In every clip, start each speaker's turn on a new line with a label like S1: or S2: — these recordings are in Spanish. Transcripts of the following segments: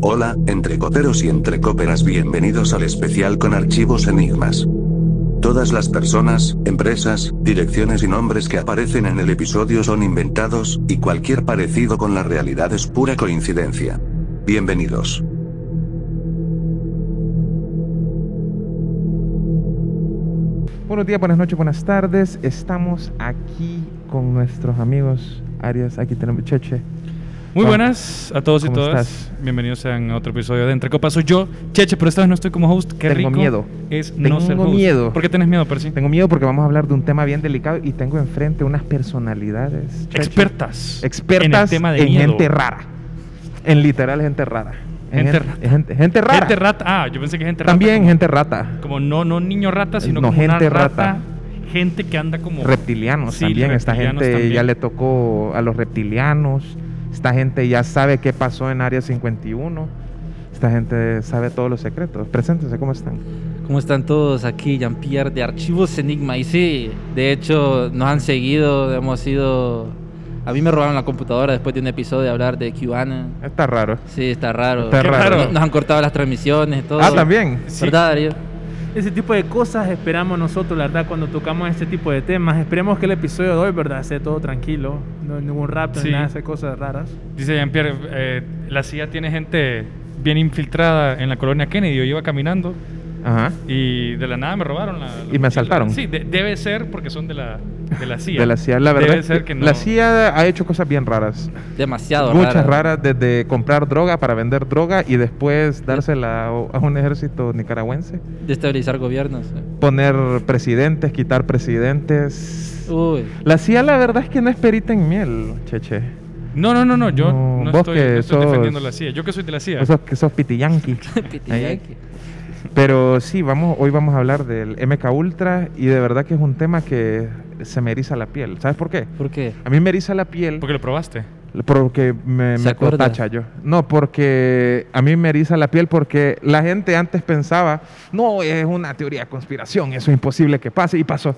S1: Hola, entrecoperos y entrecoperas, bienvenidos al especial con archivos enigmas. Todas las personas, empresas, direcciones y nombres que aparecen en el episodio son inventados, y cualquier parecido con la realidad es pura coincidencia. Bienvenidos.
S2: Buenos días, buenas noches, buenas tardes. Estamos aquí con nuestros amigos Arias. Aquí tenemos Cheche.
S3: Muy
S2: Juan,
S3: buenas a todos y
S2: ¿cómo
S3: todas.
S2: estás?
S3: Bienvenidos sean a otro episodio de Entre Copas. Soy yo, Cheche, pero esta vez no estoy como host. Qué
S2: Tengo
S3: rico
S2: miedo.
S3: Es
S2: Tengo
S3: no ser host.
S2: miedo.
S3: ¿Por qué tenés miedo, Percy?
S2: Tengo miedo porque vamos a hablar de un tema bien delicado y tengo enfrente unas personalidades. Cheche.
S3: Expertas.
S2: Expertas
S3: En el tema de
S2: en
S3: miedo.
S2: gente rara. En literal, gente rara. En
S3: Gente
S2: gen-
S3: rata.
S2: en gente, gente rara.
S3: Gente rata. Ah, yo pensé que gente rata.
S2: También
S3: como,
S2: gente rata.
S3: Como no, no niño rata, sino
S2: No,
S3: como una
S2: gente
S3: rata,
S2: rata.
S3: Gente que anda como.
S2: Reptilianos
S3: Sí,
S2: también. Esta
S3: reptilianos
S2: gente ya
S3: también.
S2: le tocó a los reptilianos. Esta gente ya sabe qué pasó en Área 51. Esta gente sabe todos los secretos. Preséntense, ¿cómo están?
S4: ¿Cómo están todos? Aquí Jean-Pierre de Archivos Enigma. Y sí, de hecho nos han seguido, hemos sido... A mí me robaron la computadora después de un episodio de hablar de QAnon.
S2: Está raro.
S4: Sí, está raro.
S2: Está
S3: Qué raro. raro.
S4: Nos han cortado las transmisiones, todo.
S2: Ah, también.
S3: Sí.
S4: ¿Verdad, Darío?
S5: Ese tipo de cosas esperamos nosotros, la verdad, cuando tocamos este tipo de temas. Esperemos que el episodio de hoy, ¿verdad?, sea todo tranquilo. No hay ningún rap,
S3: Sí.
S5: ni nada de esas cosas raras.
S3: Dice Jean-Pierre, eh, la CIA tiene gente bien infiltrada en la colonia Kennedy. Yo iba caminando
S2: Ajá.
S3: y de la nada me robaron la. la
S2: me
S3: mochila.
S2: asaltaron.
S3: Sí, de- debe ser porque son de la, de la CIA.
S2: De la CIA, la verdad.
S3: Debe
S2: es
S3: ser
S2: que
S3: que no.
S2: La CIA ha hecho cosas bien raras.
S4: Demasiado
S2: Muchas
S4: raro.
S2: raras, desde comprar droga para vender droga y después dársela a a un ejército nicaragüense.
S4: Destabilizar gobiernos.
S2: Poner presidentes, quitar presidentes.
S4: Uy.
S2: La CIA, la verdad es que no es perita en miel, cheche.
S3: No, no, no, no, yo
S2: No,
S3: no,
S2: vos
S3: estoy,
S2: que
S3: no estoy
S2: sos-
S3: defendiendo la CIA. Yo que soy de la CIA.
S2: Esos que sos pitiyanqui.
S4: Pitiyanqui.
S2: Pero sí, vamos, hoy vamos a hablar del MK Ultra y de verdad que es un tema que se me eriza la piel. ¿Sabes por qué?
S4: ¿Por qué?
S2: A mí me eriza la piel.
S3: Porque lo probaste.
S2: Porque me,
S4: ¿Se
S2: me
S4: acuerda?
S2: tacha yo. No, porque a mí me eriza la piel porque la gente antes pensaba, no, es una teoría de conspiración, eso es imposible que pase y pasó.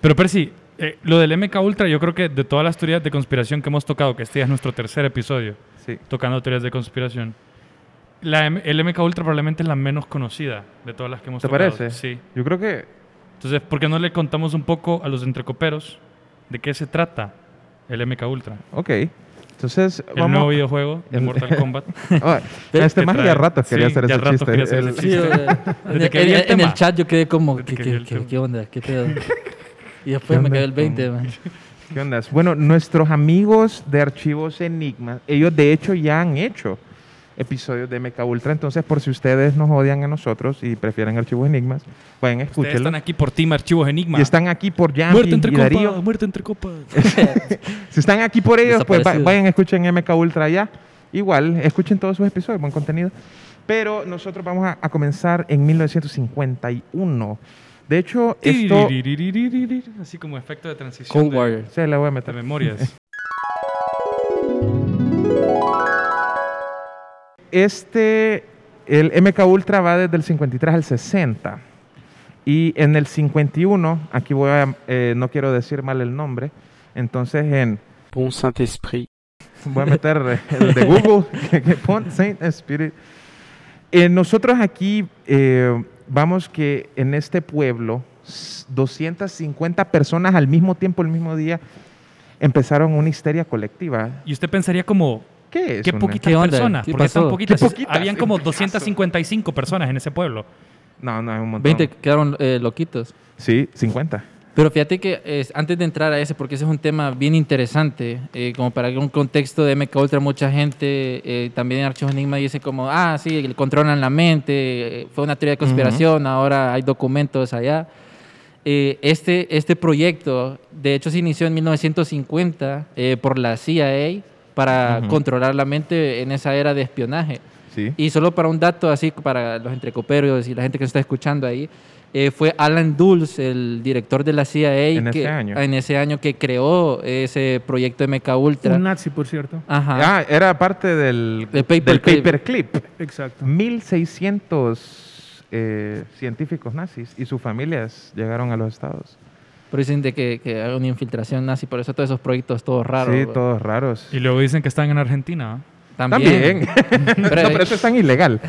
S3: Pero Percy, eh, lo del MK Ultra, yo creo que de todas las teorías de conspiración que hemos tocado, que este ya es nuestro tercer episodio,
S2: Sí.
S3: tocando teorías de conspiración, la M- el MK Ultra probablemente es la menos conocida de todas las que hemos
S2: ¿Te
S3: tocado.
S2: parece?
S3: Sí.
S2: Yo creo que
S3: Entonces, ¿por qué no le contamos un poco a los entrecoperos de qué se trata el MK Ultra?
S2: Ok. Entonces,
S3: El nuevo videojuego de Mortal Kombat.
S2: Ah, este
S3: que
S2: más ya
S3: trae-
S2: rato quería
S3: Sí,
S2: hacer
S3: ya
S2: ese
S3: rato
S2: chiste.
S3: quería hacer
S2: El-
S3: ese
S4: Sí,
S3: chiste.
S4: o sea, en,
S3: Desde que vi el
S4: en- en
S3: tema.
S4: el chat yo quedé como, ¿qué,
S3: Desde que
S4: qué-
S3: vi el
S4: qué-
S3: tema.
S4: qué onda? ¿Qué pedo? Y
S2: ¿Qué
S4: después
S2: onda
S4: me quedó el
S2: con-
S4: 20, man.
S2: ¿Qué onda? Bueno, nuestros amigos de Archivos Enigma, ellos de hecho ya han hecho episodios de MK Ultra, entonces por si ustedes nos odian a nosotros y prefieren Archivos Enigmas, pueden
S3: Ustedes
S2: escúchenlo.
S3: están aquí por Team Archivos Enigma.
S2: Y están aquí por Jan
S3: Muerte entre
S2: y Darío.
S3: copas, muerte entre copas.
S2: Si están aquí por ellos, pues va-
S4: Desaparecido.
S2: vayan, escuchen MK Ultra ya. Igual, escuchen todos sus episodios, buen contenido. Pero nosotros vamos a, a comenzar en 1951. De hecho, esto...
S3: Tiririririririr, Así como efecto de transición
S4: Cold
S3: de,
S4: Warrior.
S2: Se la voy a
S3: de
S2: meter.
S3: memorias.
S2: Este, el MK Ultra va desde el 53 al 60. Y en el 51, aquí voy a, eh, no quiero decir mal el nombre, entonces en
S6: Bon Saint-Esprit.
S2: Voy a meter eh, el de Google, que, que pon Saint Spirit. Eh, nosotros aquí eh, vamos que en este pueblo, s- 250 personas al mismo tiempo, el mismo día, empezaron una histeria colectiva.
S3: Y usted pensaría como,
S2: ¿Qué es?
S3: qué
S2: una-
S3: poquitas
S4: ¿Qué onda?
S3: personas.
S4: ¿Qué
S3: porque
S4: pasó?
S3: tan poquitas.
S2: ¿Qué poquitas?
S3: Habían como 255 personas en ese pueblo.
S2: No, no, es un montón.
S4: 20 quedaron eh, loquitos.
S2: Sí, 50.
S4: Pero fíjate que eh, antes de entrar a ese, porque ese es un tema bien interesante, eh, como para que un contexto de MK Ultra, mucha gente eh, también en Archivos Enigma dice como, ah, sí, le controlan la mente, eh, fue una teoría de conspiración, ahora hay documentos allá. Eh, este, este proyecto, de hecho, se inició en 1950 eh, por la CIA para
S2: Ujú.
S4: controlar la mente en esa era de espionaje.
S2: Sí.
S4: Y solo para un dato así, para los entrecoperos y la gente que nos está escuchando ahí, eh, fue Alan Dulles, el director de la CIA,
S2: En
S4: que,
S2: ese año.
S4: en ese año que creó ese proyecto MK Ultra.
S5: Un nazi, por cierto.
S4: Ajá.
S2: Ah, era parte del,
S4: Del paper
S2: del
S4: clip.
S2: paperclip.
S5: Exacto.
S2: 1600 eh, científicos nazis y sus familias llegaron a los estados.
S4: Pero dicen de que, que hay una infiltración nazi, por eso todos esos proyectos todos raros.
S2: Sí,
S4: güey.
S2: todos raros.
S3: Y luego dicen que están en Argentina. ¿no?
S4: También.
S2: También. no, pero eso es tan ilegal.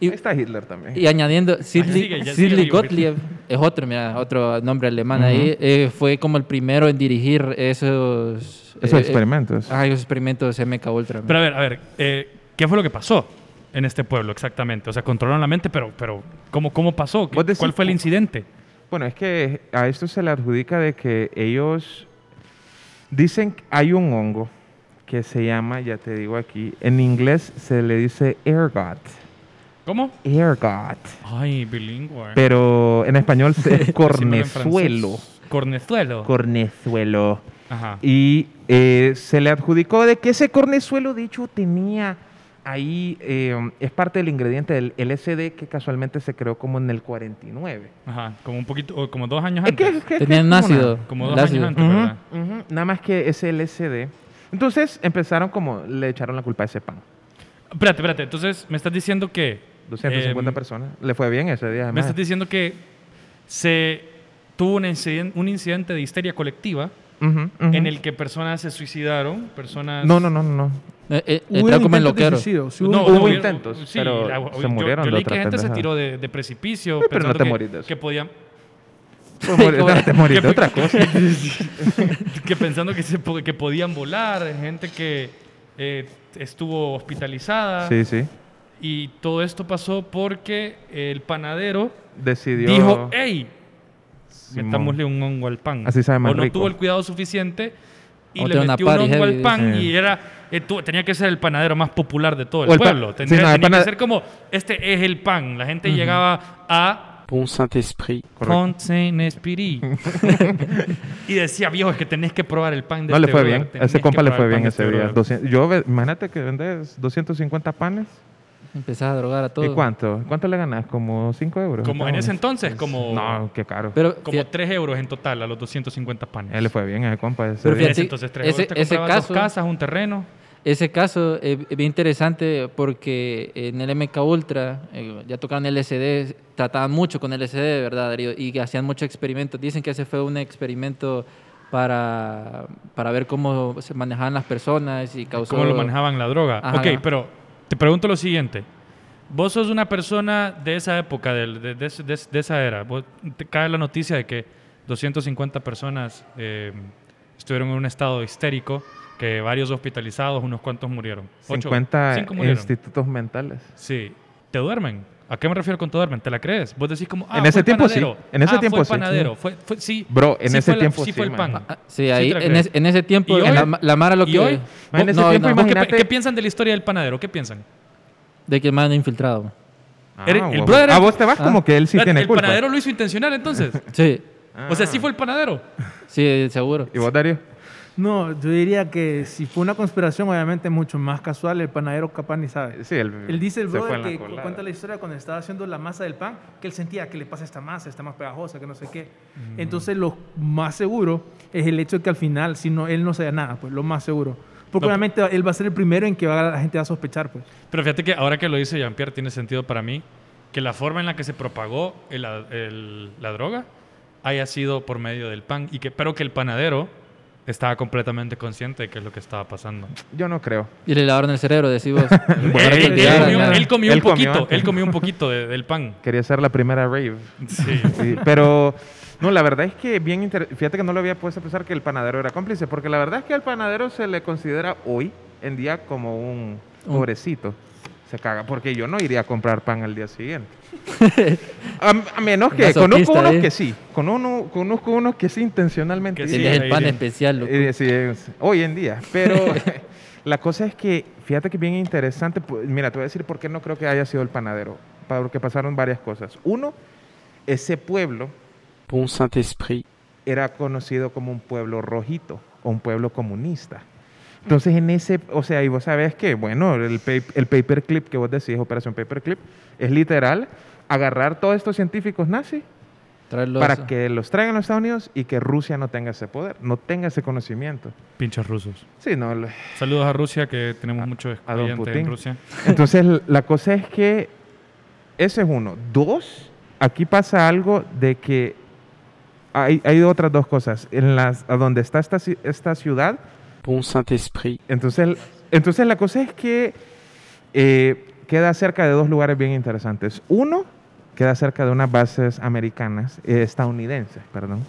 S4: Y-
S2: Ahí está Hitler también.
S4: Y añadiendo, Sidley,
S3: sigue, ya sigue,
S4: Sidley
S3: digo,
S4: Gottlieb es otro, mira, otro nombre alemán ahí, eh, fue como el primero en dirigir esos,
S2: Esos
S4: eh,
S2: experimentos.
S4: eh, ah, esos experimentos MK Ultra.
S3: Pero a ver, a ver, eh, ¿qué fue lo que pasó en este pueblo exactamente? O sea, controlaron la mente, pero, pero ¿cómo, cómo pasó? ¿Qué-
S2: Vos decís-
S3: ¿Cuál fue el incidente?
S2: Bueno, es que a esto se le adjudica de que ellos dicen que hay un hongo que se llama, ya te digo aquí, en inglés se le dice ergot.
S3: ¿Cómo?
S2: Ergot.
S3: Ay, bilingüe.
S2: Pero en español se- es
S3: Decímelo en francés.
S2: cornezuelo.
S3: Cornezuelo.
S2: Cornezuelo.
S3: Ajá.
S2: Y eh, se le adjudicó de que ese cornezuelo, de hecho, tenía ahí, eh, es parte del ingrediente del LSD que casualmente se creó como en el 49.
S3: Ajá. Como un poquito, o como dos años
S2: Es que-
S3: antes.
S2: es que- es que es
S4: Tenían un
S2: como una-
S4: ácido.
S3: Como
S4: el
S3: dos años
S4: ácido.
S3: antes,
S2: Ujú,
S3: ¿verdad?
S2: ujú. Nada más que ese LSD. Entonces empezaron como le echaron la culpa a ese pan.
S3: Espérate, espérate. Entonces, me estás diciendo que...
S2: 250
S3: eh,
S2: personas. Le fue bien ese día.
S3: Me
S2: además.
S3: estás diciendo que se tuvo un incidente, un incidente de histeria colectiva
S2: Ujú, ujú.
S3: en el que personas se suicidaron, personas...
S2: No, no, no, no. no.
S4: Eh, eh,
S5: Hubo
S4: entró
S5: un
S4: como en
S5: intento de
S4: loquero.
S5: suicidio, sí,
S3: No,
S5: hubo un-
S2: hubo
S3: hubieron-
S2: intentos,
S3: sí,
S2: pero
S3: la-
S2: se
S3: yo-
S2: murieron
S3: Yo,
S2: de
S3: leí
S2: otra
S3: que gente se
S2: pendejada.
S3: tiró de, de precipicio
S2: Sí, pero
S3: pensando
S2: no te
S3: que-
S2: morís de eso.
S3: que podían...
S2: Pues morir-
S4: ¿cómo?
S2: no, te morís de
S3: Que-
S2: otra cosa.
S3: que pensando que, se, po- que podían volar, gente que eh, estuvo hospitalizada.
S2: Sí, sí.
S3: Y todo esto pasó porque el panadero
S2: Decidió.
S3: dijo, "Eh, hey,
S2: Simón.
S3: metámosle un hongo al pan.
S2: Así sabe más
S3: O no
S2: rico.
S3: tuvo el cuidado suficiente y
S4: O
S3: le
S4: tiene una
S3: metió un
S4: party
S3: hongo
S4: heavy,
S3: al pan
S2: dice.
S3: y era... eh, tu- tenía que ser el panadero más popular de todo el,
S2: O el pan-
S3: pueblo.
S2: sí,
S3: Tendría,
S2: no, el
S3: tenía
S2: pana-
S3: que ser como, este es el pan. La gente llegaba a
S6: Bon Saint-Esprit.
S2: Correcto.
S3: Ponce Espiri. y decía, viejo, es que tenés que probar el pan de
S2: No le
S3: este
S2: fue
S3: brother,
S2: bien. A
S3: tenés
S2: ese
S3: que
S2: compa le
S3: probar
S2: fue
S3: el pan
S2: bien
S3: de
S2: ese
S3: este
S2: día.
S3: brother.
S2: 200 yo, ve- imagínate que vendes 250 panes.
S4: Empezás a drogar a todos.
S2: ¿Y cuánto? ¿Cuánto le ganas? ¿Como 5 euros?
S3: Como
S2: Cada
S3: en ese
S2: uno.
S3: entonces, como,
S2: No, qué caro.
S4: pues, Pero,
S3: como
S4: fíjate-
S3: 3 euros en total a los 250 panes.
S2: A él le fue bien a ese compa. ese
S4: Pero
S2: día.
S3: En
S4: fíjate,
S3: ese entonces 3
S4: ese-
S3: euros te
S4: ese
S3: comprabas
S4: caso-
S3: dos casas, un terreno.
S4: Ese caso eh, es bien interesante porque en el MK Ultra, eh, ya tocaban LSD, trataban mucho con LSD, de verdad, Darío, y que hacían muchos experimentos. Dicen que ese fue un experimento para, para ver cómo se manejaban las personas y causó...
S3: Cómo lo manejaban la droga.
S4: Ajá,
S3: ok,
S4: ajá.
S3: pero te pregunto lo siguiente. Vos sos una persona de esa época, del- de, de- de- de esa era. Vos- te cae la noticia de que 250 personas eh, estuvieron en un estado histérico, que varios hospitalizados, unos cuantos murieron. Ocho,
S2: 50
S3: cinco murieron.
S2: institutos mentales.
S3: Sí. ¿Te duermen? ¿A qué me refiero con te duermen? ¿Te la crees? Vos decís como, ah,
S2: En
S3: fue
S2: ese
S3: el
S2: tiempo sí.
S3: panadero.
S2: En ese
S3: Ah,
S2: tiempo
S3: fue el
S2: sí.
S3: panadero. Fue, fue- sí.
S2: Bro, en
S3: sí
S2: ese
S3: fue la-
S2: tiempo
S3: sí
S2: sí,
S3: fue el
S2: man.
S3: pan.
S4: Ah, Sí,
S3: te
S4: ahí,
S3: la
S4: en,
S3: crees.
S4: es- en ese tiempo,
S3: ¿Y
S4: en la,
S3: hoy?
S4: ma- la Mara lo
S3: ¿Y
S4: que...
S3: hoy?
S2: Man, en
S4: No,
S2: ese tiempo,
S4: no,
S3: ¿Vos qué,
S2: Imagínate-
S3: qué piensan de la historia del panadero? ¿Qué piensan?
S4: de que me han infiltrado.
S3: Eres- el
S2: vos-
S3: brother-
S2: Ah, a vos te vas
S4: Ah.
S2: como que él sí
S3: Espérate,
S2: tiene
S3: el
S2: culpa. Ah.
S3: panadero lo hizo intencional entonces.
S4: Sí,
S3: O sea, sí fue el panadero.
S4: sí, seguro.
S2: ¿Y vos, Darío?
S5: No, yo diría que si fue una conspiración, obviamente es mucho más casual. El panadero capaz ni sabe.
S2: Sí, él,
S5: Él dice el
S2: se
S5: brother
S2: fue en la
S5: que
S2: colada.
S5: cuenta la historia cuando estaba haciendo la masa del pan, que él sentía que le pasa esta masa, está más pegajosa, que no sé qué. Entonces lo más seguro es el hecho de que al final, si no, él no sabe nada, pues lo más seguro.
S3: No,
S5: Porque obviamente él va a ser el primero en que va- la gente va a sospechar, pues.
S3: Pero fíjate que ahora que lo dice Jean-Pierre tiene sentido para mí que la forma en la que se propagó el- el- la droga haya sido por medio del pan y que pero que el panadero estaba completamente consciente de qué es lo que estaba pasando.
S2: Yo no creo.
S4: Y le lavaron el cerebro, decís vos.
S3: él,
S4: Para que
S3: él
S4: olvidara,
S3: comió,
S4: claro.
S3: él comió
S2: Él
S3: un poquito,
S2: comió.
S3: él comió un poquito de- del pan.
S2: Quería ser la primera rave.
S3: Sí.
S2: Sí, pero, no, la verdad es que bien inter- Fíjate que no lo había puesto a pensar que el panadero era cómplice, porque la verdad es que al panadero se le considera hoy en día como un pobrecito. Se caga, porque yo no iría a comprar pan al día siguiente. A, a menos que
S4: Masoquista,
S2: conozco unos
S4: ¿eh?
S2: que sí, con uno, conozco unos que sí intencionalmente.
S3: Que
S2: irían.
S3: sí,
S4: Tenés el pan
S3: ahí-
S4: especial, loco.
S2: Eh, sí, es- hoy en día. Pero la cosa es que, fíjate que bien interesante. pues, mira, te voy a decir por qué no creo que haya sido el panadero. pa- Porque pasaron varias cosas. Uno, ese pueblo
S6: Bon Saint-Esprit.
S2: era conocido como un pueblo rojito o un pueblo comunista. Entonces, en ese, o sea, y vos sabés que, bueno, el, pa- el paperclip que vos decís, Operación Paperclip, es literal agarrar todos estos científicos nazis
S4: Traerlo
S2: para
S4: eso.
S2: que los traigan a los Estados Unidos y que Rusia no tenga ese poder, no tenga ese conocimiento.
S3: Pinches rusos.
S2: Sí, no, lo-
S3: Saludos a Rusia que tenemos muchos
S2: a don
S3: clientes en
S2: Putin.
S3: Rusia.
S2: Entonces, l- la cosa es que ese es uno. Dos, aquí pasa algo de que hay, hay otras dos cosas. En las, a donde está esta, ci- esta ciudad,
S6: Bon Saint-Esprit.
S2: entonces el- Entonces la cosa es que eh, queda cerca de dos lugares bien interesantes. Uno queda cerca de unas bases americanas, eh, estadounidenses, perdón.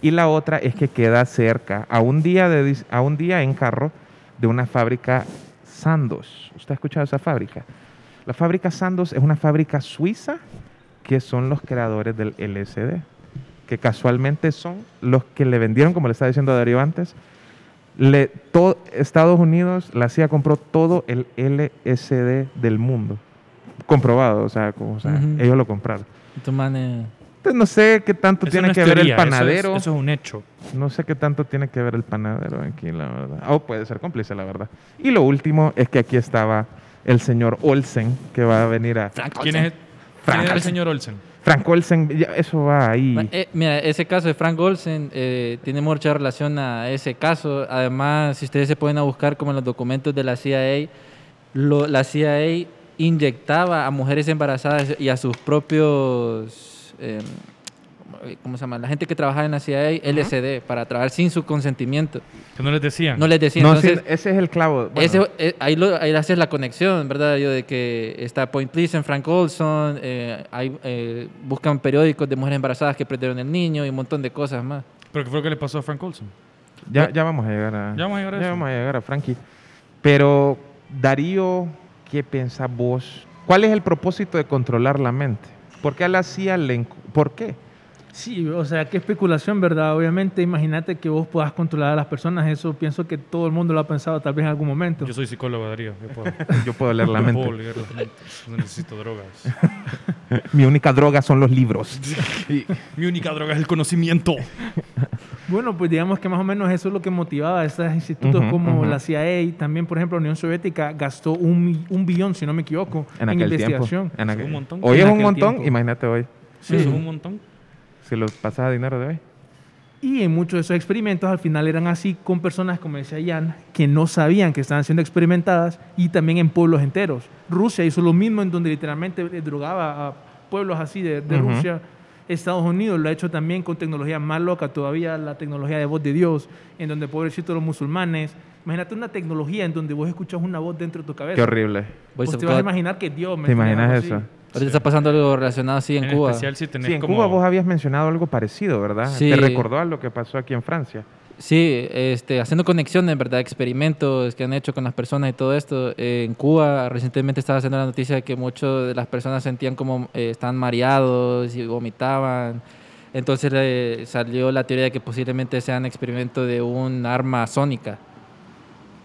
S2: Y la otra es que queda cerca, a un día, de, dis- a un día en carro, de una fábrica Sandoz. ¿Usted ha escuchado esa fábrica? La fábrica Sandoz es una fábrica suiza que son los creadores del LSD, que casualmente son los que le vendieron, como le estaba diciendo a Darío antes, le, to- Estados Unidos, la CIA compró todo el LSD del mundo. Comprobado, o sea, como, o sea,
S4: Ujú.
S2: ellos lo compraron.
S4: Estos manes-
S2: Entonces no sé qué tanto
S3: Eso
S2: tiene
S3: no es
S2: que ver el
S3: teoría, eso es-
S2: panadero.
S3: Eso es, un hecho.
S2: No sé qué tanto tiene que ver el panadero aquí, la verdad. O puede ser cómplice, la verdad. Y lo último es que aquí estaba el señor Olsen, que va a venir a...
S4: Frank
S3: ¿Quién
S4: Olsen.
S3: es, quién era
S2: Olsen.
S3: el señor Olsen?
S2: Frank Olsen, ya, eso va ahí.
S4: Eh, mira, ese caso de Frank Olsen eh, tiene mucha relación a ese caso. Además, si ustedes se pueden a buscar como en los documentos de la CIA, lo- la CIA inyectaba a mujeres embarazadas y a sus propios, eh, ¿cómo se llama? La gente que trabajaba en la CIA, LSD, para trabajar sin su consentimiento.
S3: Que no les decían.
S4: No les decían.
S2: No, sí,
S4: Entonces,
S2: ese es el clavo. Bueno,
S4: ese- eh, ahí, lo, ahí haces la conexión, ¿verdad? Yo de que está Point Pleasant, Frank Olson, eh, hay, eh, buscan periódicos de mujeres embarazadas que perdieron el niño y un montón de cosas más.
S3: ¿Pero qué fue lo que le pasó a Frank Olsen?
S2: ya, ya vamos a llegar a...
S3: Ya vamos a llegar a
S2: ya
S3: eso.
S2: vamos a llegar a Frankie. Pero, Darío, ¿qué pensás vos? ¿Cuál es el propósito de controlar la mente? ¿Por qué a la CIA le... enc- ¿Por qué?
S5: Sí, o sea, qué especulación, ¿verdad? Obviamente, imagínate que vos puedas controlar a las personas. Eso pienso que todo el mundo lo ha pensado tal vez en algún momento.
S3: Yo soy psicólogo, Darío. Yo puedo,
S2: Yo puedo leer la
S3: yo puedo
S2: mente.
S3: leer las mentes. No necesito drogas.
S2: Mi única droga son los libros.
S3: Mi única droga es el conocimiento.
S5: Bueno, pues digamos que más o menos eso es lo que motivaba a estos institutos
S2: Ujú,
S5: como
S2: ujú.
S5: la CIA y también, por ejemplo, la Unión Soviética gastó un, mi- un billón, si no me equivoco, en,
S2: En aquel tiempo.
S5: investigación.
S2: En aquel-
S3: Un montón.
S2: Hoy
S5: En
S2: es un
S5: aquel
S2: montón,
S5: tiempo.
S2: imagínate hoy.
S3: Sí,
S2: Mm.
S3: eso es un montón.
S2: Si lo pasas a dinero de hoy.
S5: Y en muchos de esos experimentos al final eran así con personas, como decía Jan, que no sabían que estaban siendo experimentadas y también en pueblos enteros. Rusia hizo lo mismo en donde literalmente eh, drogaba a pueblos así de, de
S2: Ujú.
S5: Rusia. Estados Unidos lo ha hecho también con tecnología más loca todavía, la tecnología de voz de Dios, en donde pobrecitos los musulmanes. Imagínate una tecnología en donde vos escuchas una voz dentro de tu cabeza.
S2: Qué horrible. Pues,
S4: Voice
S5: Vos
S4: of
S5: Pues te vas a
S4: God.
S5: imaginar que Dios me
S2: ¿Te
S5: está
S2: imaginas
S5: mirando
S2: eso?
S5: así.
S4: Ahorita está pasando algo relacionado así en,
S3: En
S4: Cuba.
S3: especial si tenés
S2: Sí, en
S3: como...
S2: Cuba vos habías mencionado algo parecido, ¿verdad?
S4: Sí.
S2: Te recordó a lo que pasó aquí en Francia.
S4: Sí, este, haciendo conexiones, ¿verdad? Experimentos que han hecho con las personas y todo esto. Eh, en Cuba recientemente estaba haciendo la noticia de que muchas de las personas sentían como eh, estaban mareados y vomitaban. Entonces eh, salió la teoría de que posiblemente sean experimentos de un arma sónica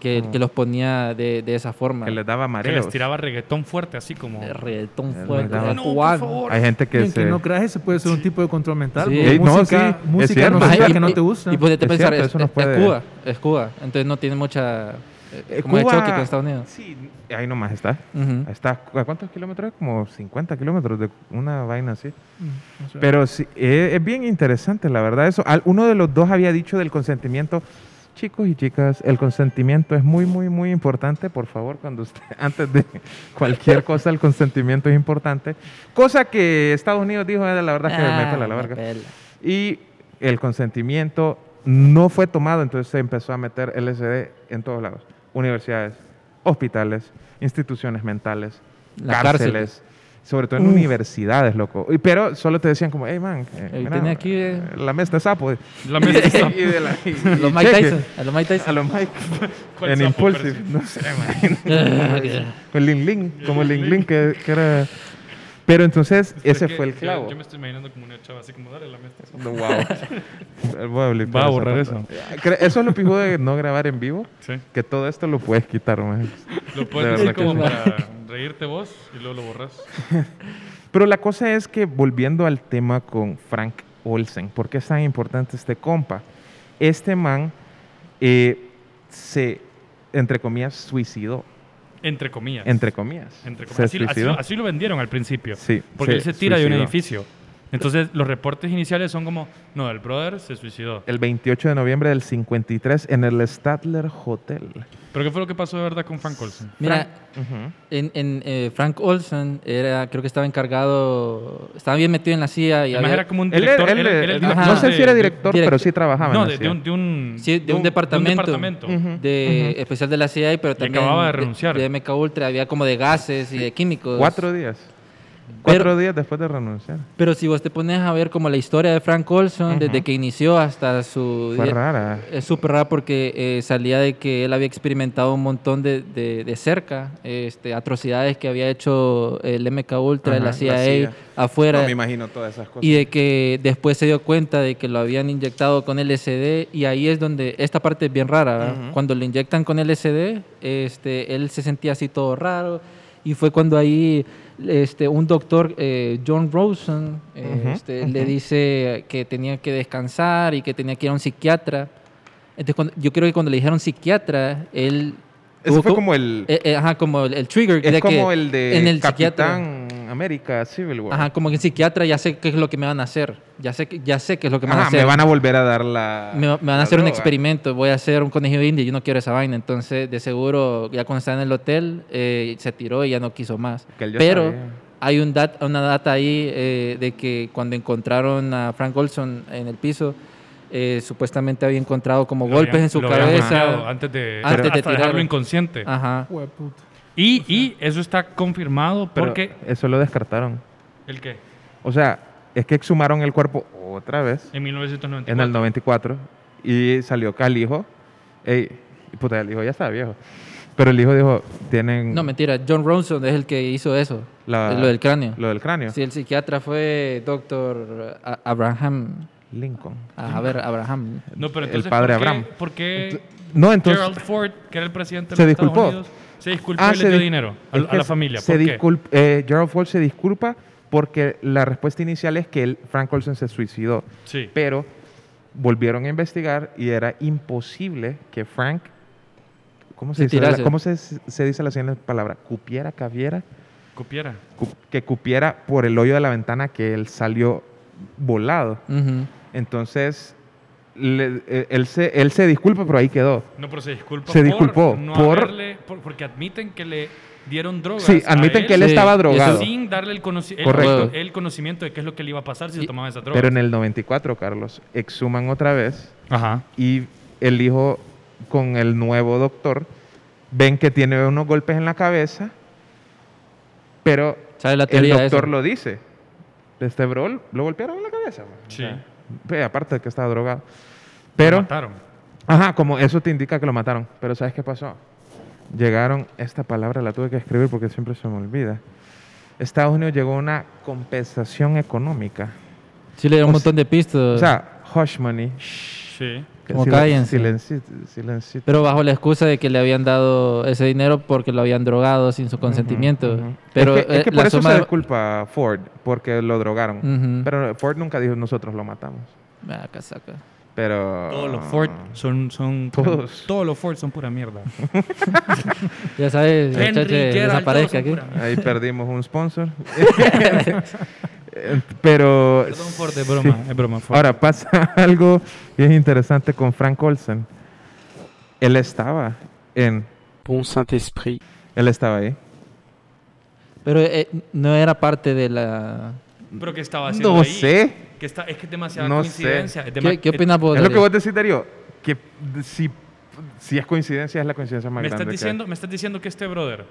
S4: que,
S2: Ujú.
S4: que los ponía de, de esa forma.
S2: Ah. Que les daba
S3: que
S2: mareos.
S3: les tiraba reggaetón fuerte, así como...
S4: Eh, reggaetón
S2: Les
S4: fuerte,
S2: daba-
S3: No, por
S4: cubano.
S3: favor.
S2: Hay gente que
S5: Bien, que
S2: se...
S5: no creas, eso puede ser un tipo de control mental.
S4: Sí.
S5: porque
S4: Ey,
S2: no,
S5: música,
S2: sí, es
S5: música
S2: cierto.
S5: no
S4: Ajá,
S5: sabía
S4: y-
S5: que no te
S4: y-
S5: gusta.
S4: Y ponete a
S2: Es
S4: pensar,
S2: cierto,
S4: es,
S2: eso no
S4: es
S2: puede-
S4: Cuba, es Cuba, entonces no tiene mucha... eh,
S2: Eh,
S4: como
S2: Cuba-
S4: el choque con Estados Unidos.
S2: Sí, ahí nomás está.
S4: Ujú.
S2: Está a cuántos kilómetros? Como 50 kilómetros de una vaina así.
S5: Mm, o sea,
S2: Pero sí, eh, es bien interesante, la verdad. Eso, Al- uno de los dos había dicho del consentimiento. Chicos y chicas, el consentimiento es muy, muy, muy importante. Por favor, cuando usted, antes de cualquier cosa, el consentimiento es importante. Cosa que Estados Unidos dijo, "Eh, la verdad es que me
S4: Ah,
S2: pela la
S4: me
S2: verga.
S4: pela.
S2: Y el consentimiento no fue tomado, entonces se empezó a meter LSD en todos lados. Universidades, hospitales, instituciones mentales,
S4: Las
S2: cárceles. Sobre todo en
S4: Uf.
S2: universidades, loco. Y- Pero solo te decían como, hey, man, eh,
S4: Ey,
S2: mira,
S4: tenés aquí, eh".
S2: eh, la mesa de sapo.
S3: La mesa-
S2: Y de la- y-
S4: A
S2: y
S4: los Mike
S2: cheque.
S4: Tyson. A los Mike
S2: A
S4: Tyson.
S2: los Mike.
S3: ¿Cuál
S2: En
S3: sapo,
S2: Impulsive.
S3: Percy?
S2: No sé, man. Con Lin Lin, como Lin Lin, que, que era... Pero entonces, ese
S3: Es que
S2: fue el
S3: yo-
S2: clavo.
S3: Yo, me estoy imaginando como una chava así como dale la mesa.
S2: No, Wow. Voy a blipar
S3: Va a
S2: esa
S3: borrar
S2: parte. Cre- Eso es lo pijudo de no grabar en vivo,
S3: Sí.
S2: que todo esto lo puedes quitar, man.
S3: Lo
S2: De
S3: puedes decir
S2: verdad que
S3: como
S2: sí.
S3: para reírte vos y luego lo borras.
S2: Pero la cosa es que, volviendo al tema con Frank Olsen, ¿por qué es tan importante este compa? Este man eh, se, entre comillas, suicidó.
S3: Entre comillas.
S2: Entre comillas.
S3: Entre comillas.
S2: Se
S3: Así, así
S2: suicidó.
S3: lo, así lo vendieron al principio.
S2: Sí,
S3: Porque él se tira de un
S2: suicidó.
S3: edificio. Entonces, los reportes iniciales son como, no, el brother se suicidó.
S2: El 28 de noviembre del 53 en el Statler Hotel.
S3: ¿Pero qué fue lo que pasó de verdad con Frank Olsen?
S4: Mira,
S2: Ujú.
S4: en, en, eh, Frank Olsen era, creo que estaba encargado, estaba bien metido en la CIA y
S3: Además
S4: había-
S3: era como un
S2: Él,
S3: director.
S2: él-
S3: él- él era el
S2: él-
S3: director
S2: no sé
S3: de-
S2: si era
S3: de-
S2: director,
S4: director.
S2: pero sí trabajaba.
S3: No,
S2: en la
S3: de, de
S2: CIA.
S3: un, de un-
S4: Sí, de un departamento.
S3: departamento.
S2: Ujú.
S4: de especial de la CIA, pero
S3: Y
S4: también
S3: acababa de renunciar.
S4: de, MK Ultra, había como de gases y de químicos.
S2: Cuatro días. Cuatro días después de renunciar.
S4: Pero si vos te pones a ver como la historia de Frank Olson,
S2: Ujú.
S4: desde que inició hasta su...
S2: Fue
S4: día-
S2: rara.
S4: Es súper raro porque eh, salía de que él había experimentado un montón de, de- de cerca, este, atrocidades que había hecho el MK Ultra,
S2: Ajá,
S4: la
S2: la
S4: CIA,
S2: CIA.
S4: afuera.
S2: No me imagino todas esas cosas.
S4: y de que después se dio cuenta de que lo habían inyectado con LSD y ahí es donde esta parte es bien rara. ¿verdad?
S2: Ujú.
S4: Cuando lo inyectan con LSD, este, él se sentía así todo raro y fue cuando ahí este, un doctor, eh, John Rosen, eh,
S2: Ujú,
S4: este,
S2: ujú.
S4: le dice que tenía que descansar y que tenía que ir a un psiquiatra. Entonces cuando- yo creo que cuando le dijeron psiquiatra, él...
S2: Ese
S4: tuvo
S2: fue
S4: co-
S2: como el.
S4: eh, eh, ajá, como el, el trigger.
S2: es
S4: de que
S2: como el de
S4: en el psiquiatra.
S2: Capitán América Civil War.
S4: Ajá, como que el psiquiatra ya sé qué es lo que me van a hacer. Ya sé, que- ya sé qué es lo que me van a
S2: Ajá,
S4: hacer.
S2: me van a volver a dar la.
S4: Me- me van a
S2: la
S4: hacer un
S2: droga.
S4: experimento. Voy a hacer un conejillo indio. Yo no quiero esa vaina. Entonces, de seguro, ya cuando estaba en el hotel, eh, se tiró y ya no quiso más.
S2: Que él ya
S4: Pero
S2: sabía.
S4: hay un dat- una data ahí eh, de que cuando encontraron a Frank Olson en el piso, eh, supuestamente había encontrado como
S3: Lo
S4: golpes
S3: habían-
S4: en su
S3: lo habían golpeado
S4: cabeza.
S3: Antes de,
S4: antes de
S3: hasta dejarlo
S4: tirarlo. Ah.
S3: inconsciente.
S4: Ajá.
S5: Hueputa.
S3: Y, y eso está confirmado
S2: Pero
S3: porque...
S2: Eso lo descartaron.
S3: ¿El qué?
S2: O sea, es que exhumaron el cuerpo otra vez
S3: En 1994.
S2: en el 94 y salió acá el hijo. Ey, y puta, el hijo ya estaba viejo. Pero el hijo dijo: Tienen
S4: No, mentira. John Ronson es el que hizo eso.
S2: Mm.
S4: eh,
S2: La-
S4: lo del cráneo.
S2: lo del cráneo.
S4: Sí, el psiquiatra fue doctor A- Abraham.
S2: Lincoln.
S4: Ah, a ver, Abraham.
S3: No, pero
S2: el
S3: entonces,
S2: padre
S3: ¿por qué-
S2: Abraham.
S3: ¿Por qué
S2: No, entonces.
S3: Gerald Ford, que era el presidente de
S2: se
S3: los Estados
S2: disculpó.
S3: Unidos, se disculpó
S2: Ah,
S3: y
S2: se
S3: le dio
S2: dis-
S3: dinero a,
S2: es
S3: a
S2: que
S3: la familia?
S2: Se
S3: ¿Por qué?
S2: disculpa, eh, Gerald Ford se disculpa porque la respuesta inicial es que él- Frank Olsen se suicidó.
S3: Sí.
S2: Pero volvieron a investigar y era imposible que Frank. ¿Cómo se,
S4: Se
S2: dice, la-
S4: tirase.
S2: ¿cómo se, se dice la siguiente palabra? Cupiera, caviera.
S3: Cupiera.
S2: cu- que cupiera por el hoyo de la ventana que él salió volado.
S4: Ujú.
S2: Entonces, le- eh, él, se, él se disculpa, pero ahí quedó.
S3: No, pero se disculpa.
S2: Se
S3: por
S2: disculpó
S3: no
S2: por-
S3: haberle- por- porque admiten que le dieron drogas.
S2: Sí,
S3: a
S2: admiten que él
S4: Sí,
S2: estaba
S4: eso
S2: drogado.
S3: Sin darle el, conoci- el-
S2: Correcto.
S3: el conocimiento de qué es lo que le iba a pasar si se
S4: Y-
S3: tomaba esa droga.
S2: Pero en el 94, Carlos, exhuman otra vez
S3: Ajá.
S2: y el hijo con el nuevo doctor ven que tiene unos golpes en la cabeza, pero
S4: Sale la
S2: el
S4: teoría de
S2: doctor
S4: eso.
S2: lo dice. Este bro lo golpearon en la cabeza. man. O
S3: Sí.
S2: sea, pe- aparte de que estaba drogado.
S3: Lo
S2: Pero,
S3: mataron.
S2: ajá, como eso te indica que lo mataron. Pero ¿sabes qué pasó? Llegaron, esta palabra la tuve que escribir porque siempre se me olvida. Estados Unidos llegó a una compensación económica.
S4: Sí, le dio
S2: O
S4: un montón de pistas.
S2: O sea, hush money.
S3: Sí.
S2: que
S4: Como
S2: silen-
S4: cállense.
S2: silenci- silenci-
S4: pero bajo la excusa de que le habían dado ese dinero porque lo habían drogado sin su consentimiento.
S2: Ujú, ujú.
S4: Pero
S2: es que, es
S4: eh,
S2: que
S4: la
S2: por eso
S4: suma
S2: se
S4: de-
S2: disculpa a Ford, porque lo drogaron.
S4: Ujú.
S2: Pero Ford nunca dijo nosotros lo matamos.
S4: Ah, casaca.
S2: Pero.
S3: Todos los Ford son. son
S2: Ah. Todos.
S3: Todos los Ford son pura mierda.
S4: Ya sabes,
S3: Henry,
S4: muchacho,
S3: Gerald,
S4: desaparezca aquí.
S3: todos son pura-
S2: Ahí perdimos un sponsor. Eh, Pero.
S3: Perdón, Ford, es broma.
S2: sí.
S3: Es broma, Ford.
S2: Ahora pasa algo bien interesante con Frank Olsen. Él estaba en.
S6: Bon Saint-Esprit,
S2: Él estaba ahí.
S4: Pero eh, no era parte de la...
S3: Pero que estaba haciendo
S2: No
S3: ahí?
S2: sé.
S3: Que está, es que es demasiada
S2: No sé.
S3: coincidencia. es dema-
S4: ¿Qué, qué
S3: es-
S4: opinas vos,
S2: Es lo
S4: Darío?
S2: que vos decís, Darío. Que si, si es coincidencia, es la coincidencia más
S3: me
S2: grande.
S3: estás
S2: que hay.
S3: diciendo me estás diciendo que este brother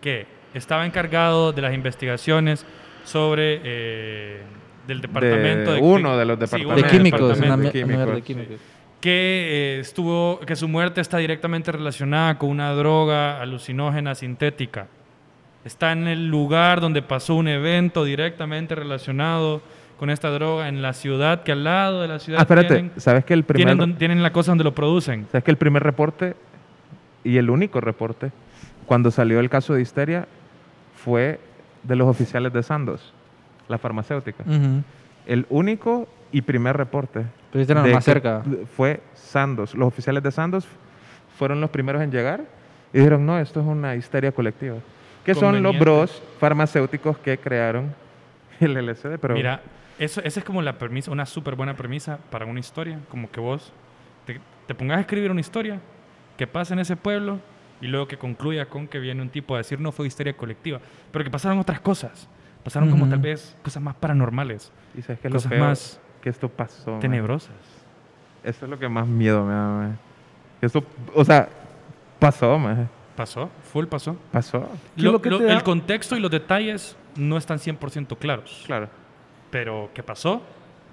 S3: que estaba encargado de las investigaciones sobre eh, del departamento de,
S2: uno de los
S3: sí, uno
S4: De
S2: departamentos.
S4: químicos,
S3: departamento
S4: una,
S2: De
S4: mi- una mierda de
S2: químicos.
S4: químicos.
S3: que eh, estuvo que su muerte está directamente relacionada con una droga alucinógena sintética está en el lugar donde pasó un evento directamente relacionado con esta droga en la ciudad que al lado de la ciudad
S2: Ah, espérate,
S3: tienen,
S2: ¿sabes que el primer
S3: tienen don- tienen la cosa donde lo producen
S2: sabes que el primer reporte y el único reporte cuando salió el caso de histeria fue de los oficiales de Sandoz, la farmacéutica.
S3: Mm.
S4: Ujú.
S2: El único y primer reporte
S4: Pero este era
S2: de
S4: más
S2: que
S4: cerca.
S2: fue Sandoz. Los oficiales de Sandoz fueron los primeros en llegar y dijeron, "No, esto es una histeria colectiva." Que son los
S3: Conveniente.
S2: bros farmacéuticos que crearon el LSD, pero
S3: Mira, eso, esa es como la premisa, una súper buena premisa para una historia, como que vos te, te pongas a escribir una historia que pasa en ese pueblo y luego que concluya con que viene un tipo a decir no fue histeria colectiva, pero que pasaron otras cosas. Pasaron como
S4: Ujú.
S3: tal vez cosas más paranormales,
S2: Y sabes que es lo
S3: cosas
S2: peor
S3: más
S2: que esto pasó. man.
S3: tenebrosas.
S2: Eso es lo que más miedo me da, man. Esto, o sea, pasó, man.
S3: Pasó, full pasó.
S2: Pasó.
S5: ¿Qué
S3: Lo-
S5: es lo que
S3: lo-
S5: te da?
S3: el contexto y los detalles no están 100% claros,
S2: Claro.
S3: pero ¿qué pasó?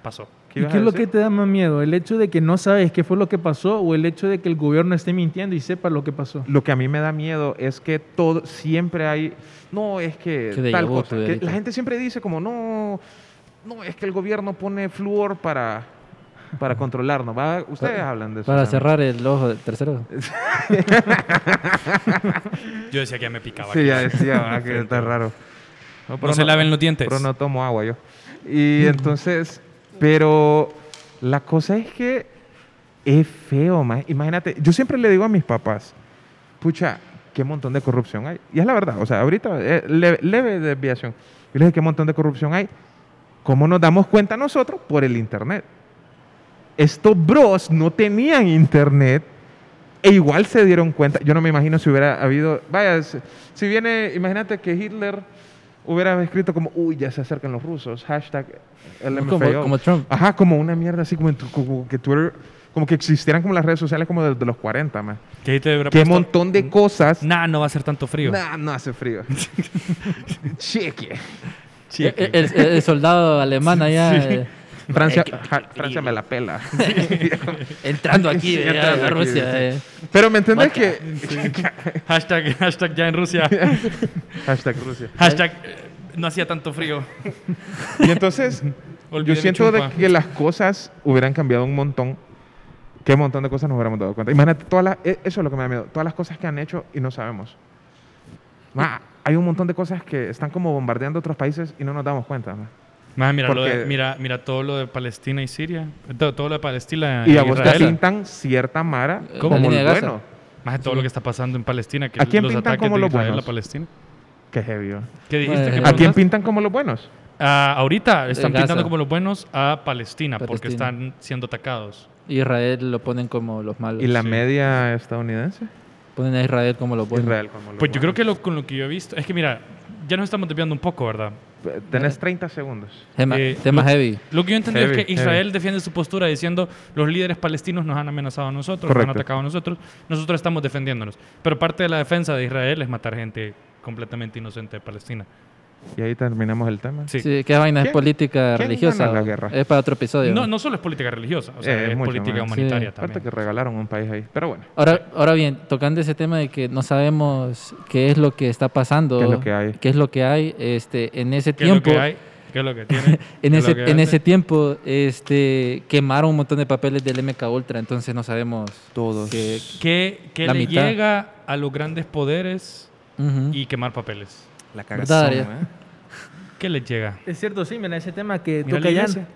S3: Pasó.
S5: ¿Y
S2: ibas
S5: qué
S2: a
S5: es lo
S2: decir?
S5: que te da más miedo? ¿El hecho de que no sabes qué fue lo que pasó o el hecho de que el gobierno esté mintiendo y sepa lo que pasó?
S2: Lo que a mí me da miedo es que todo siempre hay no es que,
S4: Que déjà
S2: tal
S4: vu
S2: cosa,
S4: tuve
S2: que
S4: ahorita.
S2: la gente siempre dice como no no es que el gobierno pone flúor para para controlarnos, ¿va? Ustedes
S4: Para-
S2: hablan de eso.
S4: Para
S2: ¿no?
S4: cerrar el ojo del tercero.
S3: Yo decía que ya me picaba.
S2: Sí,
S3: aquí.
S2: ya decía, ah, que está raro. No,
S3: No se laven los dientes.
S2: Pero no tomo agua yo. Y entonces, pero la cosa es que es feo, ma. imagínate. Yo siempre le digo a mis papás, pucha, qué montón de corrupción hay. Y es la verdad, o sea, ahorita, eh, leve, leve desviación. Yo les dije, qué montón de corrupción hay. ¿Cómo nos damos cuenta nosotros? Por el Internet. Estos bros no tenían Internet e igual se dieron cuenta. Yo no me imagino si hubiera habido. Vaya, si, si viene, imagínate que Hitler hubiera escrito como, uy, ya se acercan los rusos, hashtag LMFAO.
S4: Como, como Trump.
S2: Ajá, como una mierda así, como, en tu- como que Twitter, como que existieran como las redes sociales como desde los 40, más.
S3: Que ahí te hubiera
S4: pues
S2: Qué
S3: puesto,
S2: montón de cosas.
S3: Nah, no va a ser tanto frío.
S2: Nah, no hace frío. Cheque.
S4: Eh, eh, El, el soldado alemán allá eh,
S2: Francia, ja, Francia me la pela.
S4: entrando aquí
S2: Sí,
S4: eh,
S2: entrando
S4: a
S2: aquí,
S4: Rusia. eh.
S2: Pero me entendés que.
S3: Hashtag, hashtag ya en Rusia.
S2: Hashtag Rusia.
S3: Hashtag eh, no hacía tanto frío.
S2: Y entonces, yo
S3: Olvidé mi
S2: siento de
S3: chumpa.
S2: que las cosas hubieran cambiado un montón. Qué montón de cosas nos hubiéramos dado cuenta. Imagínate, todas las- e- eso es lo que me da miedo. Todas las cosas que han hecho y no sabemos. Ma, hay un montón de cosas que están como bombardeando otros países y no nos damos cuenta. ma.
S3: Más, mira, lo de-
S2: Porque-
S3: mira, mira todo lo de Palestina y Siria. Todo, todo lo de Palestina
S2: Y a vos te
S3: Ah, Israel.
S2: pintan cierta mara
S4: Eh,
S2: como
S4: la línea
S2: el
S4: de Gaza.
S2: bueno.
S3: Más de todo lo que está pasando en Palestina. Que
S2: ¿A quién
S3: los
S2: pintan
S3: ataques
S2: como
S3: de
S2: los
S3: Israel
S2: buenos?
S3: a Palestina.
S2: Qué heavy. va.
S3: ¿Qué dijiste?
S4: Eh,
S3: ¿Qué
S4: ¿a
S2: ¿A
S3: preguntaste?
S2: quién pintan como los buenos?
S3: Ah, ahorita están
S4: Gaza.
S3: pintando como los buenos a Palestina, porque
S4: Palestina.
S3: están siendo atacados.
S4: Israel lo ponen como los malos.
S2: ¿Y la media estadounidense?
S4: Ponen a Israel como los buenos.
S2: Israel como los
S3: Pues yo creo que lo, con lo que yo he visto. Es que mira, ya nos estamos desviando un poco, ¿verdad?
S2: que... Tenés 30 segundos.
S4: Tema,
S3: Eh,
S4: tema
S3: lo-
S4: heavy.
S3: Lo que yo entendí
S2: Heavy,
S3: es que Israel defiende su postura diciendo los líderes palestinos nos han amenazado a nosotros,
S2: Correcto.
S3: nos han atacado a nosotros, nosotros estamos defendiéndonos. Pero parte de la defensa de Israel es matar gente completamente inocente de Palestina.
S2: Y ahí terminamos el tema.
S3: Sí.
S4: Sí, qué vaina es
S2: ¿Quién-
S4: política
S2: quién
S4: religiosa.
S2: gana la guerra?
S4: Es para otro episodio.
S3: No, no solo es política religiosa, o sea,
S2: Eh,
S3: es
S2: mucho
S3: política
S2: más.
S3: humanitaria
S4: Sí.
S2: Aparte
S3: también.
S2: que regalaron un país ahí. Pero bueno,
S4: Ahora, ahora bien, tocando ese tema de que no sabemos qué es lo que está pasando,
S2: ¿Qué es lo que hay?
S4: qué es lo que hay, este, en ese
S3: ¿Qué es lo
S4: tiempo,
S3: que hay? ¿Qué es lo que tiene? ¿Qué
S4: en
S3: es
S4: ese,
S3: lo que
S4: en
S3: hace?
S4: ese tiempo, este, quemaron un montón de papeles del MK Ultra, entonces no sabemos
S2: Todos.
S4: que-
S3: ¿Qué, qué
S4: La
S3: le
S4: mitad.
S3: llega a los grandes poderes
S4: Ujú.
S3: y quemar papeles?
S2: la
S4: cagazón,
S3: ¿eh?
S4: ¿Verdad,
S3: ¿Qué les llega?
S5: Es cierto, sí, mira, ese tema que
S3: Mira
S5: toca
S3: la
S5: ya.
S3: iglesia.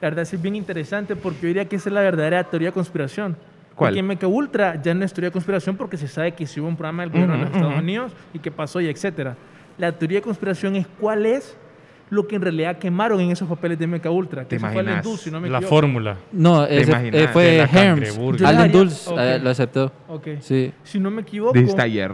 S5: La verdad sí es bien interesante porque yo diría que esa es la verdadera teoría de conspiración.
S2: ¿Cuál?
S5: Porque MK Ultra ya no es teoría de conspiración porque se sabe que si hubo un programa del gobierno de los
S2: Ujú,
S5: Estados
S2: ujú.
S5: Unidos y qué pasó y etcétera. La teoría de conspiración es cuál es lo que en realidad quemaron en esos papeles de MK Ultra.
S2: ¿Te
S5: Que eso fue Allen
S2: imaginas?
S5: Dulce, si no me
S3: La
S5: equivoco.
S3: fórmula.
S4: No,
S2: ¿Te
S4: ese-
S2: imaginas?
S4: eh,
S3: De
S4: fue
S3: la
S4: Herms.
S3: cangreburger.
S4: Allen
S5: Yo la haría-
S4: Dulce
S5: ok.
S4: eh, lo aceptó.
S5: Ok.
S4: Sí.
S5: Si no me equivoco.
S2: Dijiste ayer.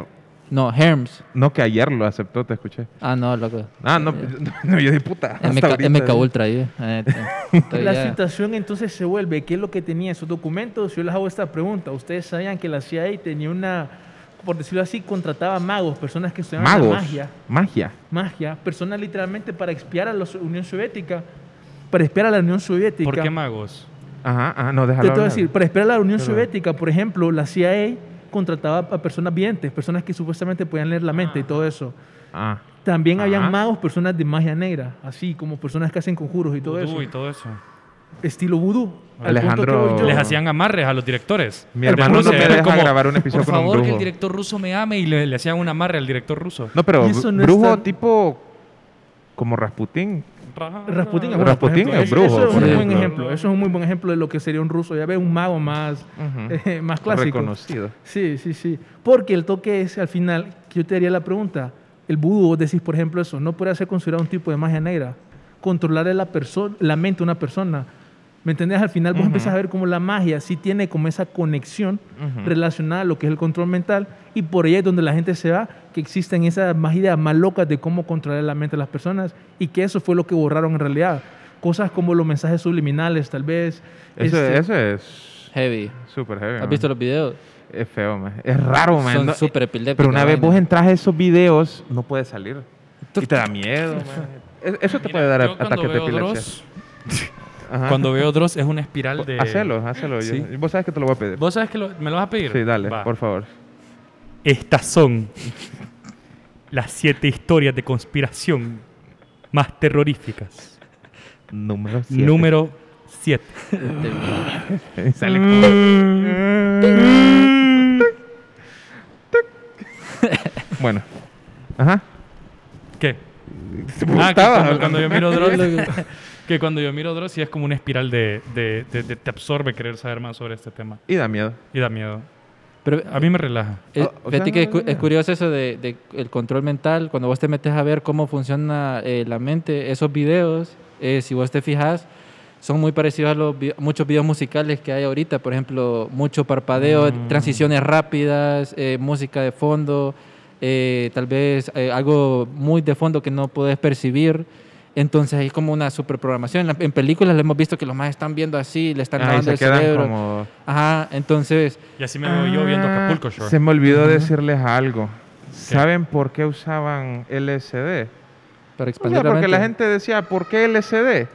S4: No, Herms.
S2: No, que ayer lo aceptó, te escuché.
S4: Ah, no, loco.
S2: Ah, no, no yo dije puta. hasta
S4: MK,
S2: ahorita.
S4: MK Ultra ahí. eh, eh, estoy
S5: La
S4: ya-
S5: situación entonces se vuelve, ¿qué es lo que tenía esos documentos? Yo les hago esta pregunta. ¿Ustedes sabían que la CIA tenía una, por decirlo así, contrataba magos, personas que estudiaban la
S2: Magos.
S5: magia,
S2: Magia.
S5: magia, personas literalmente para expiar a la so- Unión Soviética, para espiar a la Unión Soviética?
S3: ¿Por qué magos?
S2: Ajá, ajá, no, déjalo.
S5: Te voy a
S2: hablar.
S5: decir, para espiar a la Unión
S2: Perdón.
S5: Soviética, por ejemplo, la CIA contrataba a personas videntes, personas que supuestamente podían leer la mente y todo eso.
S2: Ah,
S5: También habían
S2: Ajá.
S5: magos, personas de magia negra, así como personas que hacen conjuros y todo eso.
S3: Vudú y todo eso.
S5: Estilo vudú. Al
S2: Alejandro-
S5: punto que voy yo-
S3: Les hacían amarres a los directores.
S2: Mi hermano no
S3: Rusia
S2: me
S3: era
S2: deja grabar un episodio
S3: Por
S2: con un
S3: favor, que el
S2: brujo".
S3: director ruso me ame y le, le hacían un amarre al director ruso.
S2: No, pero
S5: Y eso no
S2: brujo
S5: es tan-
S2: tipo como Rasputín.
S5: Rasputin es,
S2: bueno, Rasputín
S5: por
S2: es
S5: ejemplo.
S2: brujo,
S5: Eso es
S4: por
S5: un buen
S4: ejemplo.
S5: ejemplo. Eso es un muy buen ejemplo de lo que sería un ruso. Ya ve un mago más,
S2: Ujú.
S5: eh, más clásico.
S2: Reconocido.
S5: Sí, sí, sí. Porque el toque es al final que yo te haría la pregunta. El vudú, vos decís, por ejemplo, eso no puede ser considerado un tipo de magia negra. Controlar la, perso- la mente de una persona. ¿Me entendés? Al final vos
S2: Ujú.
S5: empiezas a ver cómo la magia sí tiene como esa conexión
S2: Ujú.
S5: relacionada a lo que es el control mental y por ahí es donde la gente se va, que existen esas más ideas más locas de cómo controlar la mente de las personas y que eso fue lo que borraron en realidad. Cosas como los mensajes subliminales, tal vez.
S2: Eso,
S5: este,
S2: eso es
S4: Heavy.
S2: súper heavy.
S4: ¿Has
S2: man.
S4: visto los videos?
S2: Es feo, man. Es raro, man.
S4: Son
S2: No,
S4: súper
S2: Pero una vez
S4: epilépticas,
S2: vos
S4: vaina.
S2: entras a esos videos, no puedes salir.
S4: Tú-
S2: Y te da miedo, man. Es- Eso te puede dar
S3: Mira, yo
S2: ataques de
S3: veo
S2: epilepsia.
S3: Dross,
S2: Ajá.
S3: Cuando veo Dross es una espiral de...
S2: Hacelo, hacelo. yo-
S3: Sí.
S2: Vos sabés que te lo voy a pedir.
S3: ¿Vos sabes que lo- me lo vas a pedir?
S2: Sí, dale,
S3: Va.
S2: por favor.
S7: Estas son las siete historias de conspiración más terroríficas.
S2: Número
S7: Número 7.
S2: Sale como- Bueno. Ajá.
S3: ¿Qué?
S2: Se
S3: Ah, que
S2: estaba
S3: cuando, cuando yo
S2: hablando.
S3: miro Dross, que cuando yo miro Dross sí es como una espiral de, de- de- de- te absorbe querer saber más sobre este tema
S2: Y da miedo.
S3: y da miedo.
S4: Pero,
S3: A mí me relaja.
S4: eh,
S2: Ah, o sea,
S4: fíjate que es,
S2: no,
S4: cu-
S2: no, no.
S4: es curioso eso de, de el control mental. Cuando vos te metes a ver cómo funciona eh, la mente, esos videos, eh, si vos te fijas, son muy parecidos a los vi- muchos videos musicales que hay ahorita. Por ejemplo, mucho parpadeo,
S2: Mm.
S4: transiciones rápidas, eh, música de fondo, eh, tal vez eh, algo muy de fondo que no podés percibir. Entonces es como una superprogramación. En, la- en películas lo hemos visto que los más están viendo así, le están
S2: Ah, y
S4: lavando
S2: se
S4: el
S2: quedan
S4: cerebro.
S2: como...
S4: Ajá, entonces...
S3: Y así me veo yo viendo
S2: Ah,
S3: Acapulco Shore.
S2: Se me olvidó decirles algo. ¿Saben por qué usaban LSD? O
S4: Para expandir
S2: sea, porque la gente
S4: mente.
S2: decía, ¿por qué LSD?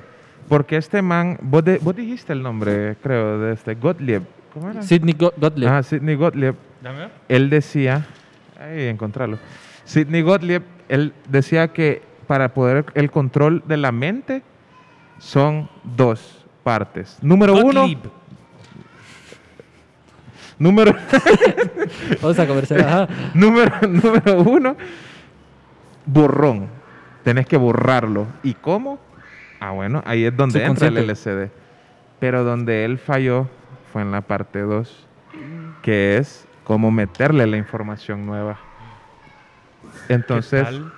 S2: Porque este man, vos, de- vos dijiste el nombre, creo, de este Gottlieb. ¿Cómo era?
S4: Sidney Go- Gottlieb.
S2: Ah, Sidney Gottlieb.
S3: Dame ver.
S2: Él decía, ahí encontrarlo. Sidney Gottlieb, él decía que para poder el control de la mente son dos partes. Número
S3: Gottlieb.
S2: uno, número
S4: Vamos a conversar. ajá.
S2: Número, número uno, borrón. Tenés que borrarlo. ¿Y cómo? Ah, bueno, ahí es donde entra el LCD. Pero donde él falló fue en la parte 2, que es cómo meterle la información nueva.
S3: ¿Qué
S2: Entonces,
S3: tal?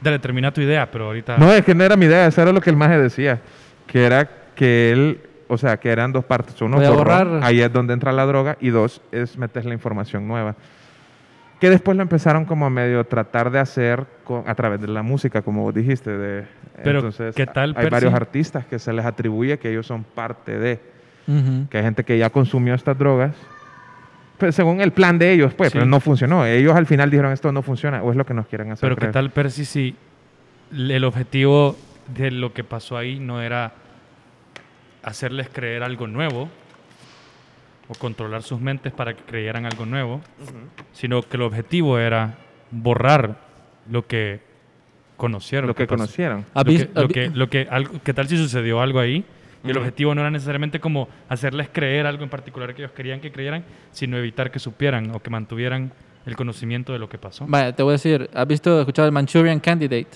S3: Dale, termina tu idea, pero ahorita...
S2: no, es que no era mi idea, eso era lo que el maje decía. Que era que él, o sea, que eran dos partes. Uno,
S4: Voy a
S2: borrar.
S4: borrar.
S2: ahí es donde entra la droga. Y dos, es meter la información nueva. Que después lo empezaron como a medio tratar de hacer con- a través de la música, como vos dijiste. De,
S3: Pero, ¿qué tal,
S2: hay
S3: Percy?
S2: varios artistas que se les atribuye que ellos son parte de.
S4: Ujú.
S2: Que hay gente que ya consumió estas drogas. Pues según el plan de ellos, pues,
S3: Sí.
S2: pero no funcionó. Ellos al final dijeron esto no funciona, o es lo que nos quieren hacer.
S3: Pero qué
S2: creer.
S3: tal Percy si el objetivo de lo que pasó ahí no era hacerles creer algo nuevo o controlar sus mentes para que creyeran algo nuevo, sino que el objetivo era borrar lo que conocieron.
S2: Lo que
S3: pasó.
S2: conocieron.
S3: Lo
S4: Habis-
S3: que, lo
S4: habi-
S3: que, lo que, algo- ¿Qué tal si sucedió algo ahí? Y el
S2: Ujú.
S3: objetivo no era necesariamente como hacerles creer algo en particular que ellos querían que creyeran, sino evitar que supieran o que mantuvieran el conocimiento de lo que pasó.
S4: Vaya, te voy a decir, ¿has visto, escuchado el Manchurian Candidate?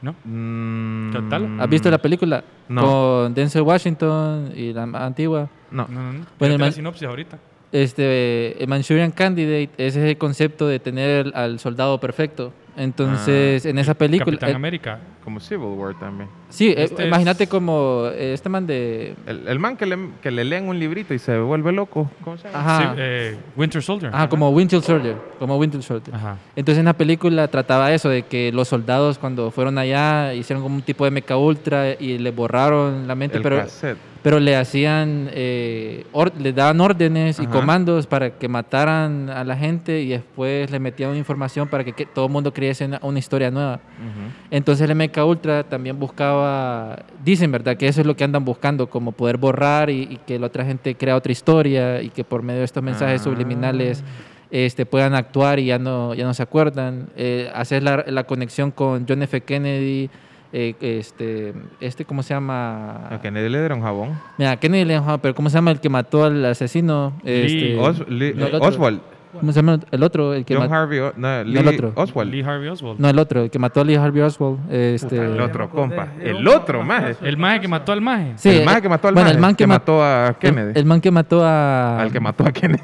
S3: ¿No?
S2: ¿Qué
S3: ¿Qué tal?
S4: ¿Has visto la película?
S2: No.
S4: Con Denzel Washington y la antigua.
S2: No.
S3: No, no, no.
S4: Bueno,
S3: Fíjate la
S4: man-
S3: sinopsis ahorita.
S4: Este, el Manchurian Candidate ese es el concepto de tener al- al soldado perfecto. Entonces, en esa película...
S3: Ah, Capitán
S4: eh,
S3: América.
S2: Como Civil War también.
S4: sí, eh,
S3: Este es-
S4: imagínate como eh, este man de...
S2: El, el man que le, que le leen un librito y se vuelve loco. ¿Cómo se llama?
S4: Ajá,
S3: Sí, eh, Winter Soldier.
S4: ajá, ah. como Winter Soldier. Como Winter Soldier.
S3: Ajá.
S4: Entonces en la película trataba eso, de que los soldados cuando fueron allá hicieron como un tipo de meca ultra y le borraron la mente,
S2: el
S4: pero,
S2: cassette.
S4: pero le hacían, eh, or- le daban órdenes y
S2: Ajá.
S4: comandos para que mataran a la gente y después le metían información para que, que todo el mundo creyese una, una historia nueva.
S2: Ujú.
S4: Entonces el MK Ultra también buscaba, dicen verdad que eso es lo que andan buscando, como poder borrar y, y que la otra gente crea otra historia y que por medio de estos mensajes
S2: Ah.
S4: subliminales este, puedan actuar y ya no, ya no se acuerdan. Eh, hacer la, la conexión con John F. Kennedy, eh, este, este, ¿cómo se llama?
S2: A Kennedy le dieron jabón.
S4: Mira, Kennedy le llamaba, pero ¿cómo se llama el que mató al asesino?
S3: Lee
S4: Este,
S2: Os- Lee-
S4: no, el otro.
S2: Oswald.
S4: ¿Cómo se llama el otro? El que
S2: John
S4: mató,
S2: Harvey. O- No, Lee
S4: el otro.
S2: Oswald.
S3: Lee Harvey Oswald.
S4: no, el otro, el que mató a Lee Harvey Oswald. Este,
S2: Ah, el otro, compa. El otro, maje.
S3: El maje que mató al maje.
S4: Sí,
S2: el
S4: eh,
S2: man que mató al
S4: bueno,
S2: maje,
S4: el man que, mató
S2: mató a Kennedy.
S4: El, el man que mató a.
S2: al que mató a Kennedy.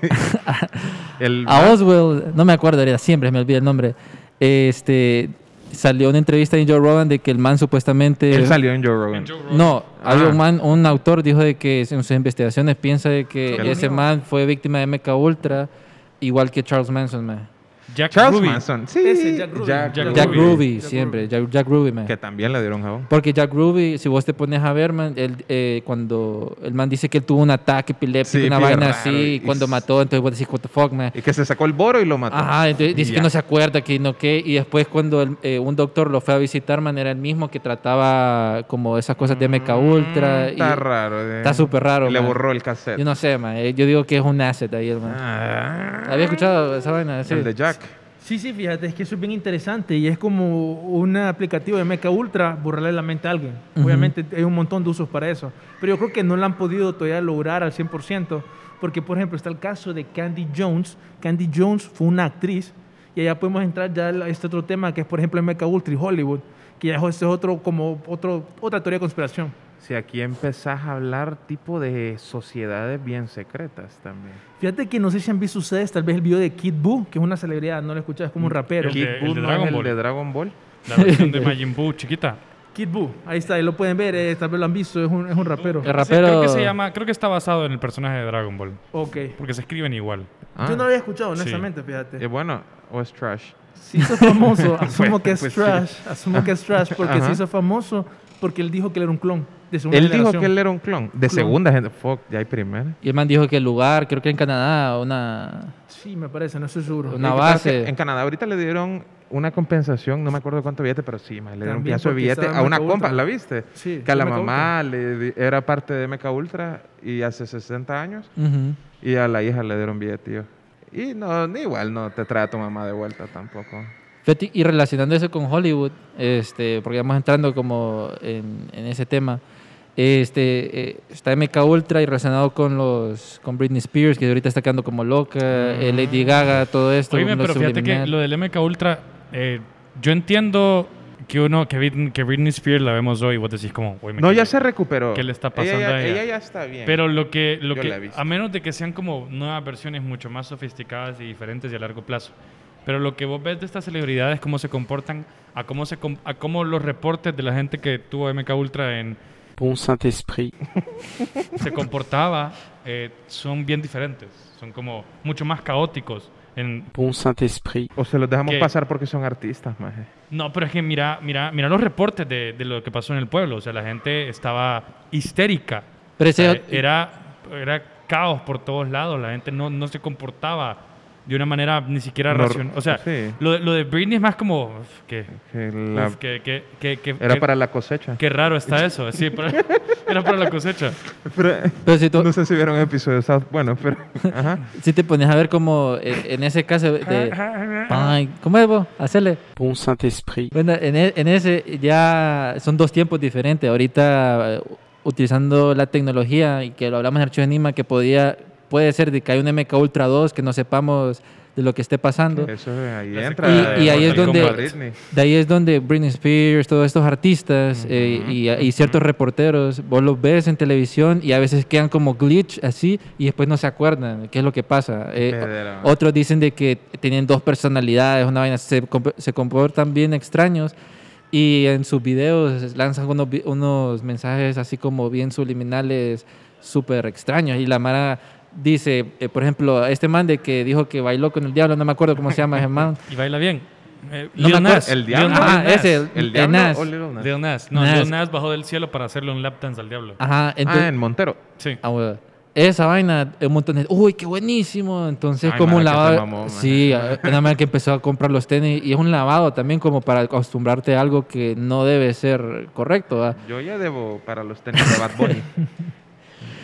S2: el
S4: Ah, a Oswald, no me acuerdo, era siempre me olvida el nombre. Este, salió una entrevista en Joe Rogan de que el man supuestamente...
S2: Él salió en Joe Rogan.
S4: No, había
S2: Ah.
S4: un man, un autor dijo de que en sus investigaciones piensa de que
S2: Qué
S4: ese man fue víctima de MK Ultra, igual que Charles Manson, man.
S7: Jack
S2: Charles
S7: Ruby.
S2: Manson. Sí,
S5: Ese, Jack Ruby.
S3: Jack
S4: Jack
S3: Ruby.
S4: Ruby, siempre, Jack, Jack Ruby, man.
S2: Que también le dieron jabón.
S4: Porque Jack Ruby, si vos te pones a ver, man, él, eh, cuando el man dice que él tuvo un ataque epiléptico,
S2: Sí,
S4: una
S2: bien
S4: vaina
S2: raro,
S4: así,
S2: y
S4: y cuando
S2: s-
S4: mató, entonces vos decís, what the fuck, man.
S2: Y que se sacó el boro y lo mató.
S4: Ajá, entonces dice
S2: Ya.
S4: que no se acuerda, que no qué. Y después cuando el- eh, un doctor lo fue a visitar, man, era el mismo que trataba como esas cosas de MK Ultra. y-
S2: Mm, Está raro. eh.
S4: está súper raro,
S2: Le
S4: man.
S2: borró el cassette.
S4: Yo no sé, man. eh, Yo digo que es un asset ahí, el man.
S2: Ah,
S4: Había escuchado esa vaina, sí.
S2: El de Jack.
S5: Sí, sí, fíjate, es que eso es bien interesante y es como un aplicativo de Mecha Ultra borrarle la mente a alguien.
S4: Ujú.
S5: Obviamente hay un montón de usos para eso, pero yo creo que no lo han podido todavía lograr al 100%, porque por ejemplo está el caso de Candy Jones. Candy Jones fue una actriz y allá podemos entrar ya a este otro tema que es por ejemplo el Mecha Ultra y Hollywood, que ya es otro, como otro, otra teoría de conspiración.
S2: Si aquí empezás a hablar tipo de sociedades bien secretas también.
S5: Fíjate que no sé si han visto ustedes tal vez el video de Kid Buu, que es una celebridad, no lo escuchas, es como un rapero.
S3: El de-
S2: Kid
S3: el
S2: Buu
S3: de
S2: no
S3: Dragon
S2: es
S3: Ball.
S2: El de Dragon Ball.
S3: La versión de Majin Buu, chiquita.
S5: Kid Buu, ahí está, ahí lo pueden ver, eh, tal vez lo han visto, es un, es un rapero.
S4: El
S3: Sí, creo
S4: rapero.
S3: que se llama, creo que está basado en el personaje de Dragon Ball,
S5: Ok.
S3: porque se escriben igual.
S2: Ah, Eh,
S5: Yo no lo había escuchado,
S3: Sí.
S5: honestamente, fíjate.
S2: ¿Es bueno o es trash?
S5: Se hizo famoso, asumo
S2: Bueno,
S5: que es
S2: pues sí.
S5: trash, asumo que es trash, porque
S2: Ajá.
S5: se hizo famoso porque él dijo que él era un clon de segunda
S2: Él dijo
S5: generación.
S2: que él era un clon. De
S5: Clon.
S2: segunda gente. Fuck, ya hay primera.
S4: Y el man dijo que el lugar, creo que en Canadá, una.
S5: Sí, me parece, no estoy seguro.
S4: Una
S2: Y creo
S4: base.
S2: que En Canadá ahorita le dieron una compensación, no me acuerdo cuánto billete, pero sí, ma, le dieron un
S5: También
S2: pedazo de
S5: porque
S2: billete
S5: estaba
S2: a una
S5: Mecha
S2: compa,
S5: Ultra.
S2: ¿la viste?
S5: Sí,
S2: que a la
S5: MK Ultra.
S2: mamá le di- era parte de MK Ultra y hace 60 años
S4: Ujú.
S2: y a la hija le dieron billete, tío. Y no, ni igual no te trae a tu mamá de vuelta tampoco.
S4: Fíjate, Y relacionando eso con Hollywood, este, porque vamos entrando como en, en ese tema, este, eh, está MK Ultra y relacionado con los con Britney Spears, que ahorita está quedando como loca, eh, Lady Gaga, todo esto.
S3: Ah. Oíme,
S4: lo
S3: pero fíjate que
S4: subliminal.
S3: lo del MK Ultra, eh, yo entiendo que uno, que Britney, que Britney Spears la vemos hoy, vos decís como, "Oíme,
S2: No,
S3: ¿qué
S2: ya
S3: le-
S2: se recuperó.
S3: ¿Qué le está
S2: Ella
S3: pasando
S2: ya-
S3: a ella?
S2: ya está bien.
S3: Pero lo que, lo
S2: Yo la he
S3: que
S2: visto.
S3: a menos de que sean como nuevas versiones mucho más sofisticadas y diferentes y a largo plazo. Pero lo que vos ves de estas celebridades, cómo se comportan, a cómo, se com- a cómo los reportes de la gente que tuvo MK Ultra en,
S6: Bon Saint-Esprit,
S3: se comportaba, eh, son bien diferentes. Son como mucho más caóticos. En,
S6: Bon Saint-Esprit,
S2: o se los dejamos
S3: ¿Qué?
S2: pasar porque son artistas, maje.
S3: no, pero es que mira, mira, mira los reportes de, de lo que pasó en el pueblo. O sea, la gente estaba histérica.
S4: Pero
S3: O sea,
S4: ese-
S3: Ah, era, era caos por todos lados. La gente no, no se comportaba de una manera ni siquiera
S2: No,
S3: racional. O sea,
S2: sí.
S3: lo, de- lo de Britney es más como... uf, que,
S2: Que la-
S3: uf, que- que- que- que-
S2: era
S3: que-
S2: para la cosecha.
S3: Qué raro está eso. Sí, para- era para la cosecha.
S2: Pero-
S4: pero si tú-
S2: no sé si vieron el episodio de South. Bueno, pero. Ajá.
S4: Si te pones a ver como eh, en ese caso
S3: Ah,
S4: de... Ay, ¿Cómo es vos? Hacerle.
S6: Bon Saint-Esprit,
S4: Bueno, en, e- en ese ya son dos tiempos diferentes. Ahorita eh, utilizando la tecnología y que lo hablamos en Archivo Enigma que podía, puede ser de que hay un MK Ultra 2 que no sepamos de lo que esté pasando.
S2: Eso es- ahí
S3: La
S2: entra.
S3: secuela
S4: Y- y
S2: eh,
S4: ahí es
S2: como
S4: donde-
S2: Britney.
S4: De ahí es donde Britney Spears, todos estos artistas eh, y, y ciertos reporteros, vos los ves en televisión y a veces quedan como glitch así y después no se acuerdan qué es lo que pasa. Eh,
S2: Pedera.
S4: otros dicen de que tienen dos personalidades, una vaina, se, comp- se comportan bien extraños y en sus videos lanzan unos, vi- unos mensajes así como bien subliminales, súper extraños y la Mara... Dice, eh, por ejemplo, este man de que dijo que bailó con el diablo, no me acuerdo cómo se llama ese man.
S3: Y baila bien. Eh,
S4: No me
S3: Lil
S4: acuerdo.
S3: Nas.
S2: El
S3: Lil
S2: diablo.
S3: Nas.
S4: Ah, ese, el,
S2: ¿El
S4: el
S2: diablo
S4: Nas.
S2: o Little Nas? Ah,
S3: Lil Nas. No,
S4: Nas.
S3: Lil Nas bajó del cielo para hacerle un lap dance al diablo.
S4: Ajá, entonces,
S2: Ah, en Montero.
S3: Sí.
S4: ah, huevo. esa vaina, un montón de uy, qué buenísimo. Entonces,
S2: Ay,
S4: como un
S2: mara, que se
S4: lavado.
S2: mamó, man.
S4: sí, a- una manera que empezó a comprar los tenis y es un lavado también, como para acostumbrarte a algo que no debe ser correcto. ¿va?
S2: Yo ya debo para los tenis de Bad Bunny.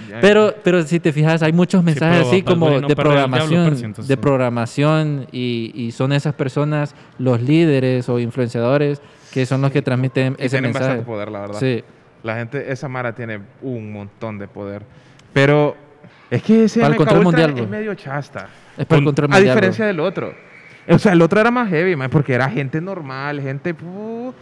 S2: Ya-
S4: Pero, pero si te fijas, hay muchos mensajes
S3: pero
S4: así
S3: Bad
S4: como
S3: Bunny no
S4: de
S3: perrea al diablo,
S4: programación,
S3: parce, entonces.
S4: de programación y, y son esas personas los líderes o influenciadores que son los que transmiten
S2: Y
S4: ese
S2: tienen
S4: mensaje.
S2: bastante poder, la verdad.
S4: Sí.
S2: La gente, esa Mara tiene un montón de poder. Pero es que ese
S4: Para el
S2: MK
S4: control
S2: Ultra
S4: mundial,
S2: es
S4: bro.
S2: medio chasta.
S4: Es para
S2: Con-
S4: el control
S2: A
S4: mundial, bro.
S2: diferencia del otro. O sea, el otro era más heavy, man, porque era gente normal, gente... pu-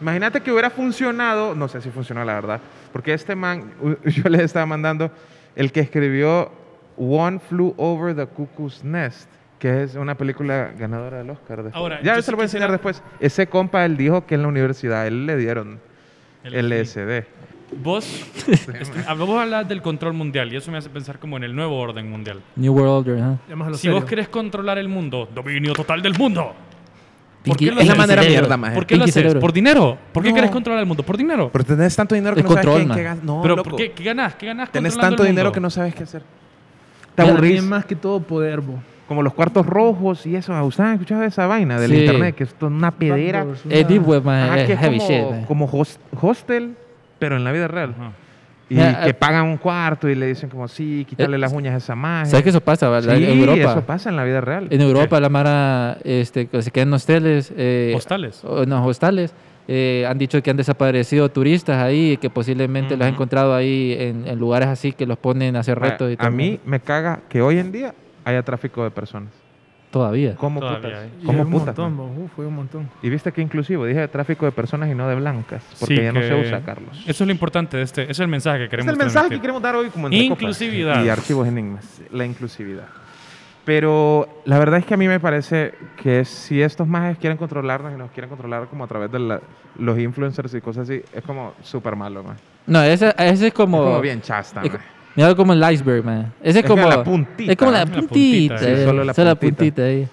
S2: Imagínate que hubiera funcionado, no sé si funcionó la verdad, porque este man, u- yo les estaba mandando el que escribió One Flew Over the Cuckoo's Nest. que es una película ganadora del Oscar. después.
S3: Ahora,
S2: ya
S3: yo
S2: se lo
S3: sí
S2: voy a enseñar
S3: quisiera-
S2: después. Ese compa, él dijo que en la universidad, él le dieron LSD.
S3: Vos, este, ah, vos hablas del control mundial y eso me hace pensar como en el nuevo orden mundial.
S4: New World Order, ajá.
S5: Vamos a lo
S3: Si
S5: serio.
S3: vos querés controlar el mundo, dominio total del mundo. ¿Por
S4: Pinky-
S3: qué lo
S8: Es la
S3: haces?
S8: manera
S4: Cerebro.
S8: mierda, maje.
S3: ¿Por qué lo
S4: Pinky
S3: haces?
S4: cerebro.
S3: ¿Por dinero? ¿Por qué
S2: No.
S3: querés controlar el mundo? ¿Por dinero?
S2: Pero tenés tanto dinero que
S4: El
S2: no
S4: control,
S2: sabes qué-
S4: man.
S2: qué, gas- No,
S3: ¿Pero
S2: loco.
S3: por qué, qué ganás? ¿Qué ganás?
S2: Tenés
S3: controlando
S2: tanto
S3: el
S2: dinero
S3: mundo?
S2: que no sabes qué hacer. Te
S5: Mira,
S2: aburrís.
S5: tiene más que todo poder, vos.
S2: Como los cuartos rojos y eso. ¿Ustedes han escuchado de esa vaina del
S4: Sí.
S2: internet? Que esto es una pedera.
S5: Backdoors, una-
S4: Es Deep Web, man.
S2: Ajá,
S4: es
S2: que es
S4: heavy
S2: como,
S4: shit, eh. man.
S2: como host- hostel, pero en la vida real.
S3: Ajá.
S2: Y
S4: Mira,
S2: que
S4: eh,
S2: pagan un cuarto y le dicen como, sí, quítale
S4: eh,
S2: las uñas a esa magia.
S4: ¿Sabes que eso pasa, verdad?
S2: Sí,
S4: en Europa.
S2: eso pasa en la vida real.
S4: En Europa la Mara este, que se queda en hosteles. eh,
S3: Hostales.
S4: o- no, hostales. eh, han dicho que han desaparecido turistas ahí, que posiblemente los han encontrado ahí en, en lugares así que los ponen a hacer
S2: Ma,
S4: retos. y todo
S2: Ah, a
S4: el
S2: mí
S4: mundo.
S2: me caga que hoy en día haya tráfico de personas.
S4: Todavía.
S2: ¿Cómo
S3: Todavía
S2: putas?
S3: hay.
S5: Y
S2: ¿Cómo
S5: fue un
S2: putas?
S5: montón,
S2: man?
S5: vos. Uf, fue un montón.
S2: Y viste que inclusivo dije tráfico de personas y no de blancas, porque
S3: Sí,
S2: ya no
S3: que-
S2: se usa, Carlos.
S3: Eso es lo importante de este. ese es el mensaje que
S2: es
S3: queremos
S2: el mensaje que
S3: transmitir.
S2: queremos dar hoy como entre copas.
S3: Inclusividad.
S2: y archivos enigmas, la inclusividad. Pero la verdad es que a mí me parece que si estos majes quieren controlarnos y nos quieren controlar como a través de la- los influencers y cosas así, es como súper malo, man.
S4: No, ese, ese es
S2: Es
S4: como.
S2: como bien chasta,
S4: es
S2: man.
S4: Mira como el iceberg, man. Ese es,
S2: Es
S4: como.
S2: como la puntita,
S4: Es como
S2: ¿no?
S4: la
S3: La puntita,
S4: puntita.
S3: sí,
S4: eh,
S2: solo la puntita.
S4: ahí.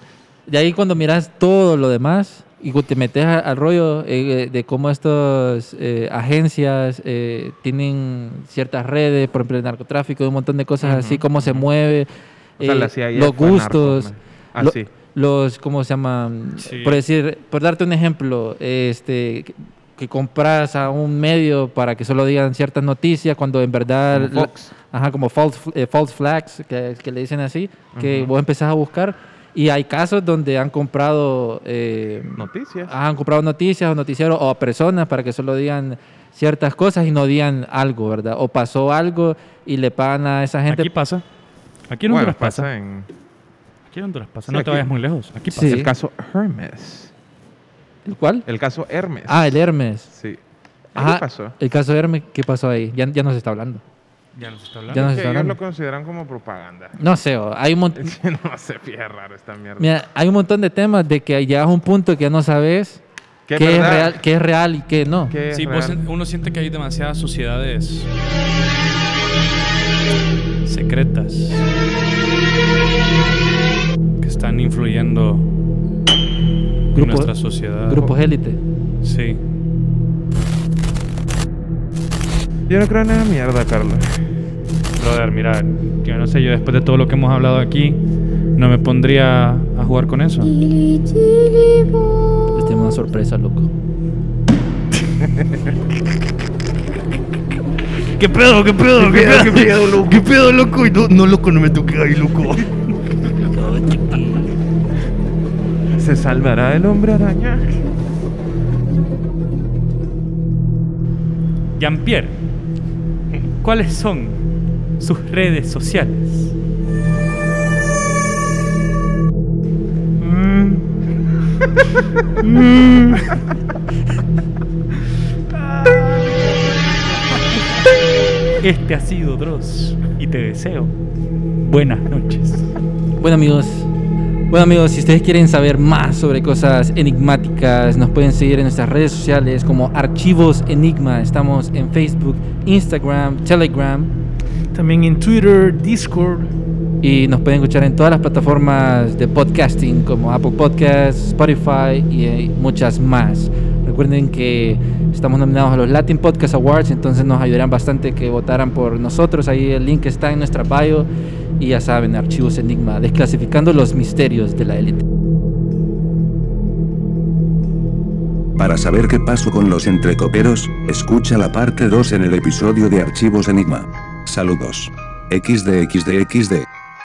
S4: De ahí cuando miras todo lo demás y cu- te metes a- al rollo eh, de cómo estas eh, agencias eh, tienen ciertas redes, por ejemplo, el narcotráfico, un montón de cosas así, cómo se mueve,
S2: O sea,
S4: eh,
S2: la CIA
S4: los
S2: fue narco, pues.
S4: gustos.
S2: man.
S4: lo-
S2: Así.
S4: los, ¿cómo se llaman?
S3: Sí.
S4: Por decir, por darte un ejemplo, este, que- que compras a un medio para que solo digan ciertas noticias cuando en verdad...
S2: Como
S4: la-
S2: Fox.
S4: ajá, como false, fl- eh, false flags, que, que le dicen así, que
S2: Ujú.
S4: vos empezás a buscar y hay casos donde han comprado... eh,
S2: Noticias.
S4: ajá, han comprado noticias o noticieros o a personas para que solo digan ciertas cosas y no digan algo, ¿verdad? O pasó algo y le pagan a esa gente.
S3: Aquí pasa. Aquí en
S2: Bueno,
S3: Honduras pasa.
S2: pasa en
S3: Aquí en Honduras pasa.
S2: Sí,
S3: no te
S2: aquí.
S3: vayas muy lejos. Aquí pasa.
S4: Sí.
S2: el caso Hermes.
S4: ¿El cuál?
S2: El caso Hermes.
S4: Ah, el Hermes.
S2: Sí.
S4: Ajá.
S2: ¿Qué pasó?
S4: El caso de Hermes, ¿qué pasó ahí? Ya, ya no se está hablando.
S3: Ya nos está hablando.
S4: Ya no se
S2: Que
S4: está
S2: ellos
S4: hablando.
S2: lo consideran como propaganda.
S4: No sé, o- hay un, mon-
S2: Es que no se pilla raro esta mierda.
S4: mira, hay un montón de temas de que llegas a un punto que ya no sabes
S2: Que
S4: qué,
S2: es
S4: es
S2: verdad,
S4: real, qué es real y qué no.
S2: que es
S3: Sí, pues, eh. vos
S2: real.
S3: sen- uno siente que hay demasiadas sociedades secretas que están influyendo en
S4: Grupo-
S3: nuestra sociedad.
S4: Grupos élite.
S3: Sí.
S2: Yo no creo en esa mierda, Carlos.
S3: Brother, mira, yo no sé, yo después de todo lo que hemos hablado aquí, no me pondría a jugar con eso.
S4: Les tengo una sorpresa, loco.
S7: ¿Qué pedo, qué pedo, qué pedo, qué pedo, loco? ¿Qué pedo, loco? Y no, no, loco, no me toque ahí, loco.
S2: ¿Se salvará el hombre araña?
S7: Jean-Pierre, ¿cuáles son sus redes sociales? Este ha sido Dross y te deseo buenas noches.
S4: Bueno amigos, bueno amigos, si ustedes quieren saber más sobre cosas enigmáticas, nos pueden seguir en nuestras redes sociales como Archivos Enigma. Estamos en Facebook, Instagram, Telegram
S5: También en Twitter, Discord,
S4: y nos pueden escuchar en todas las plataformas de podcasting como Apple Podcasts, Spotify y eh, muchas más. Recuerden que estamos nominados a los Latin Podcast Awards, entonces nos ayudarán bastante que votaran por nosotros. Ahí el link está en nuestra bio y ya saben, Archivos Enigma, desclasificando los misterios de la élite.
S1: Para saber qué pasó con los entrecoperos, escucha la parte 2 en el episodio de Archivos Enigma. Saludos. XDXDXD.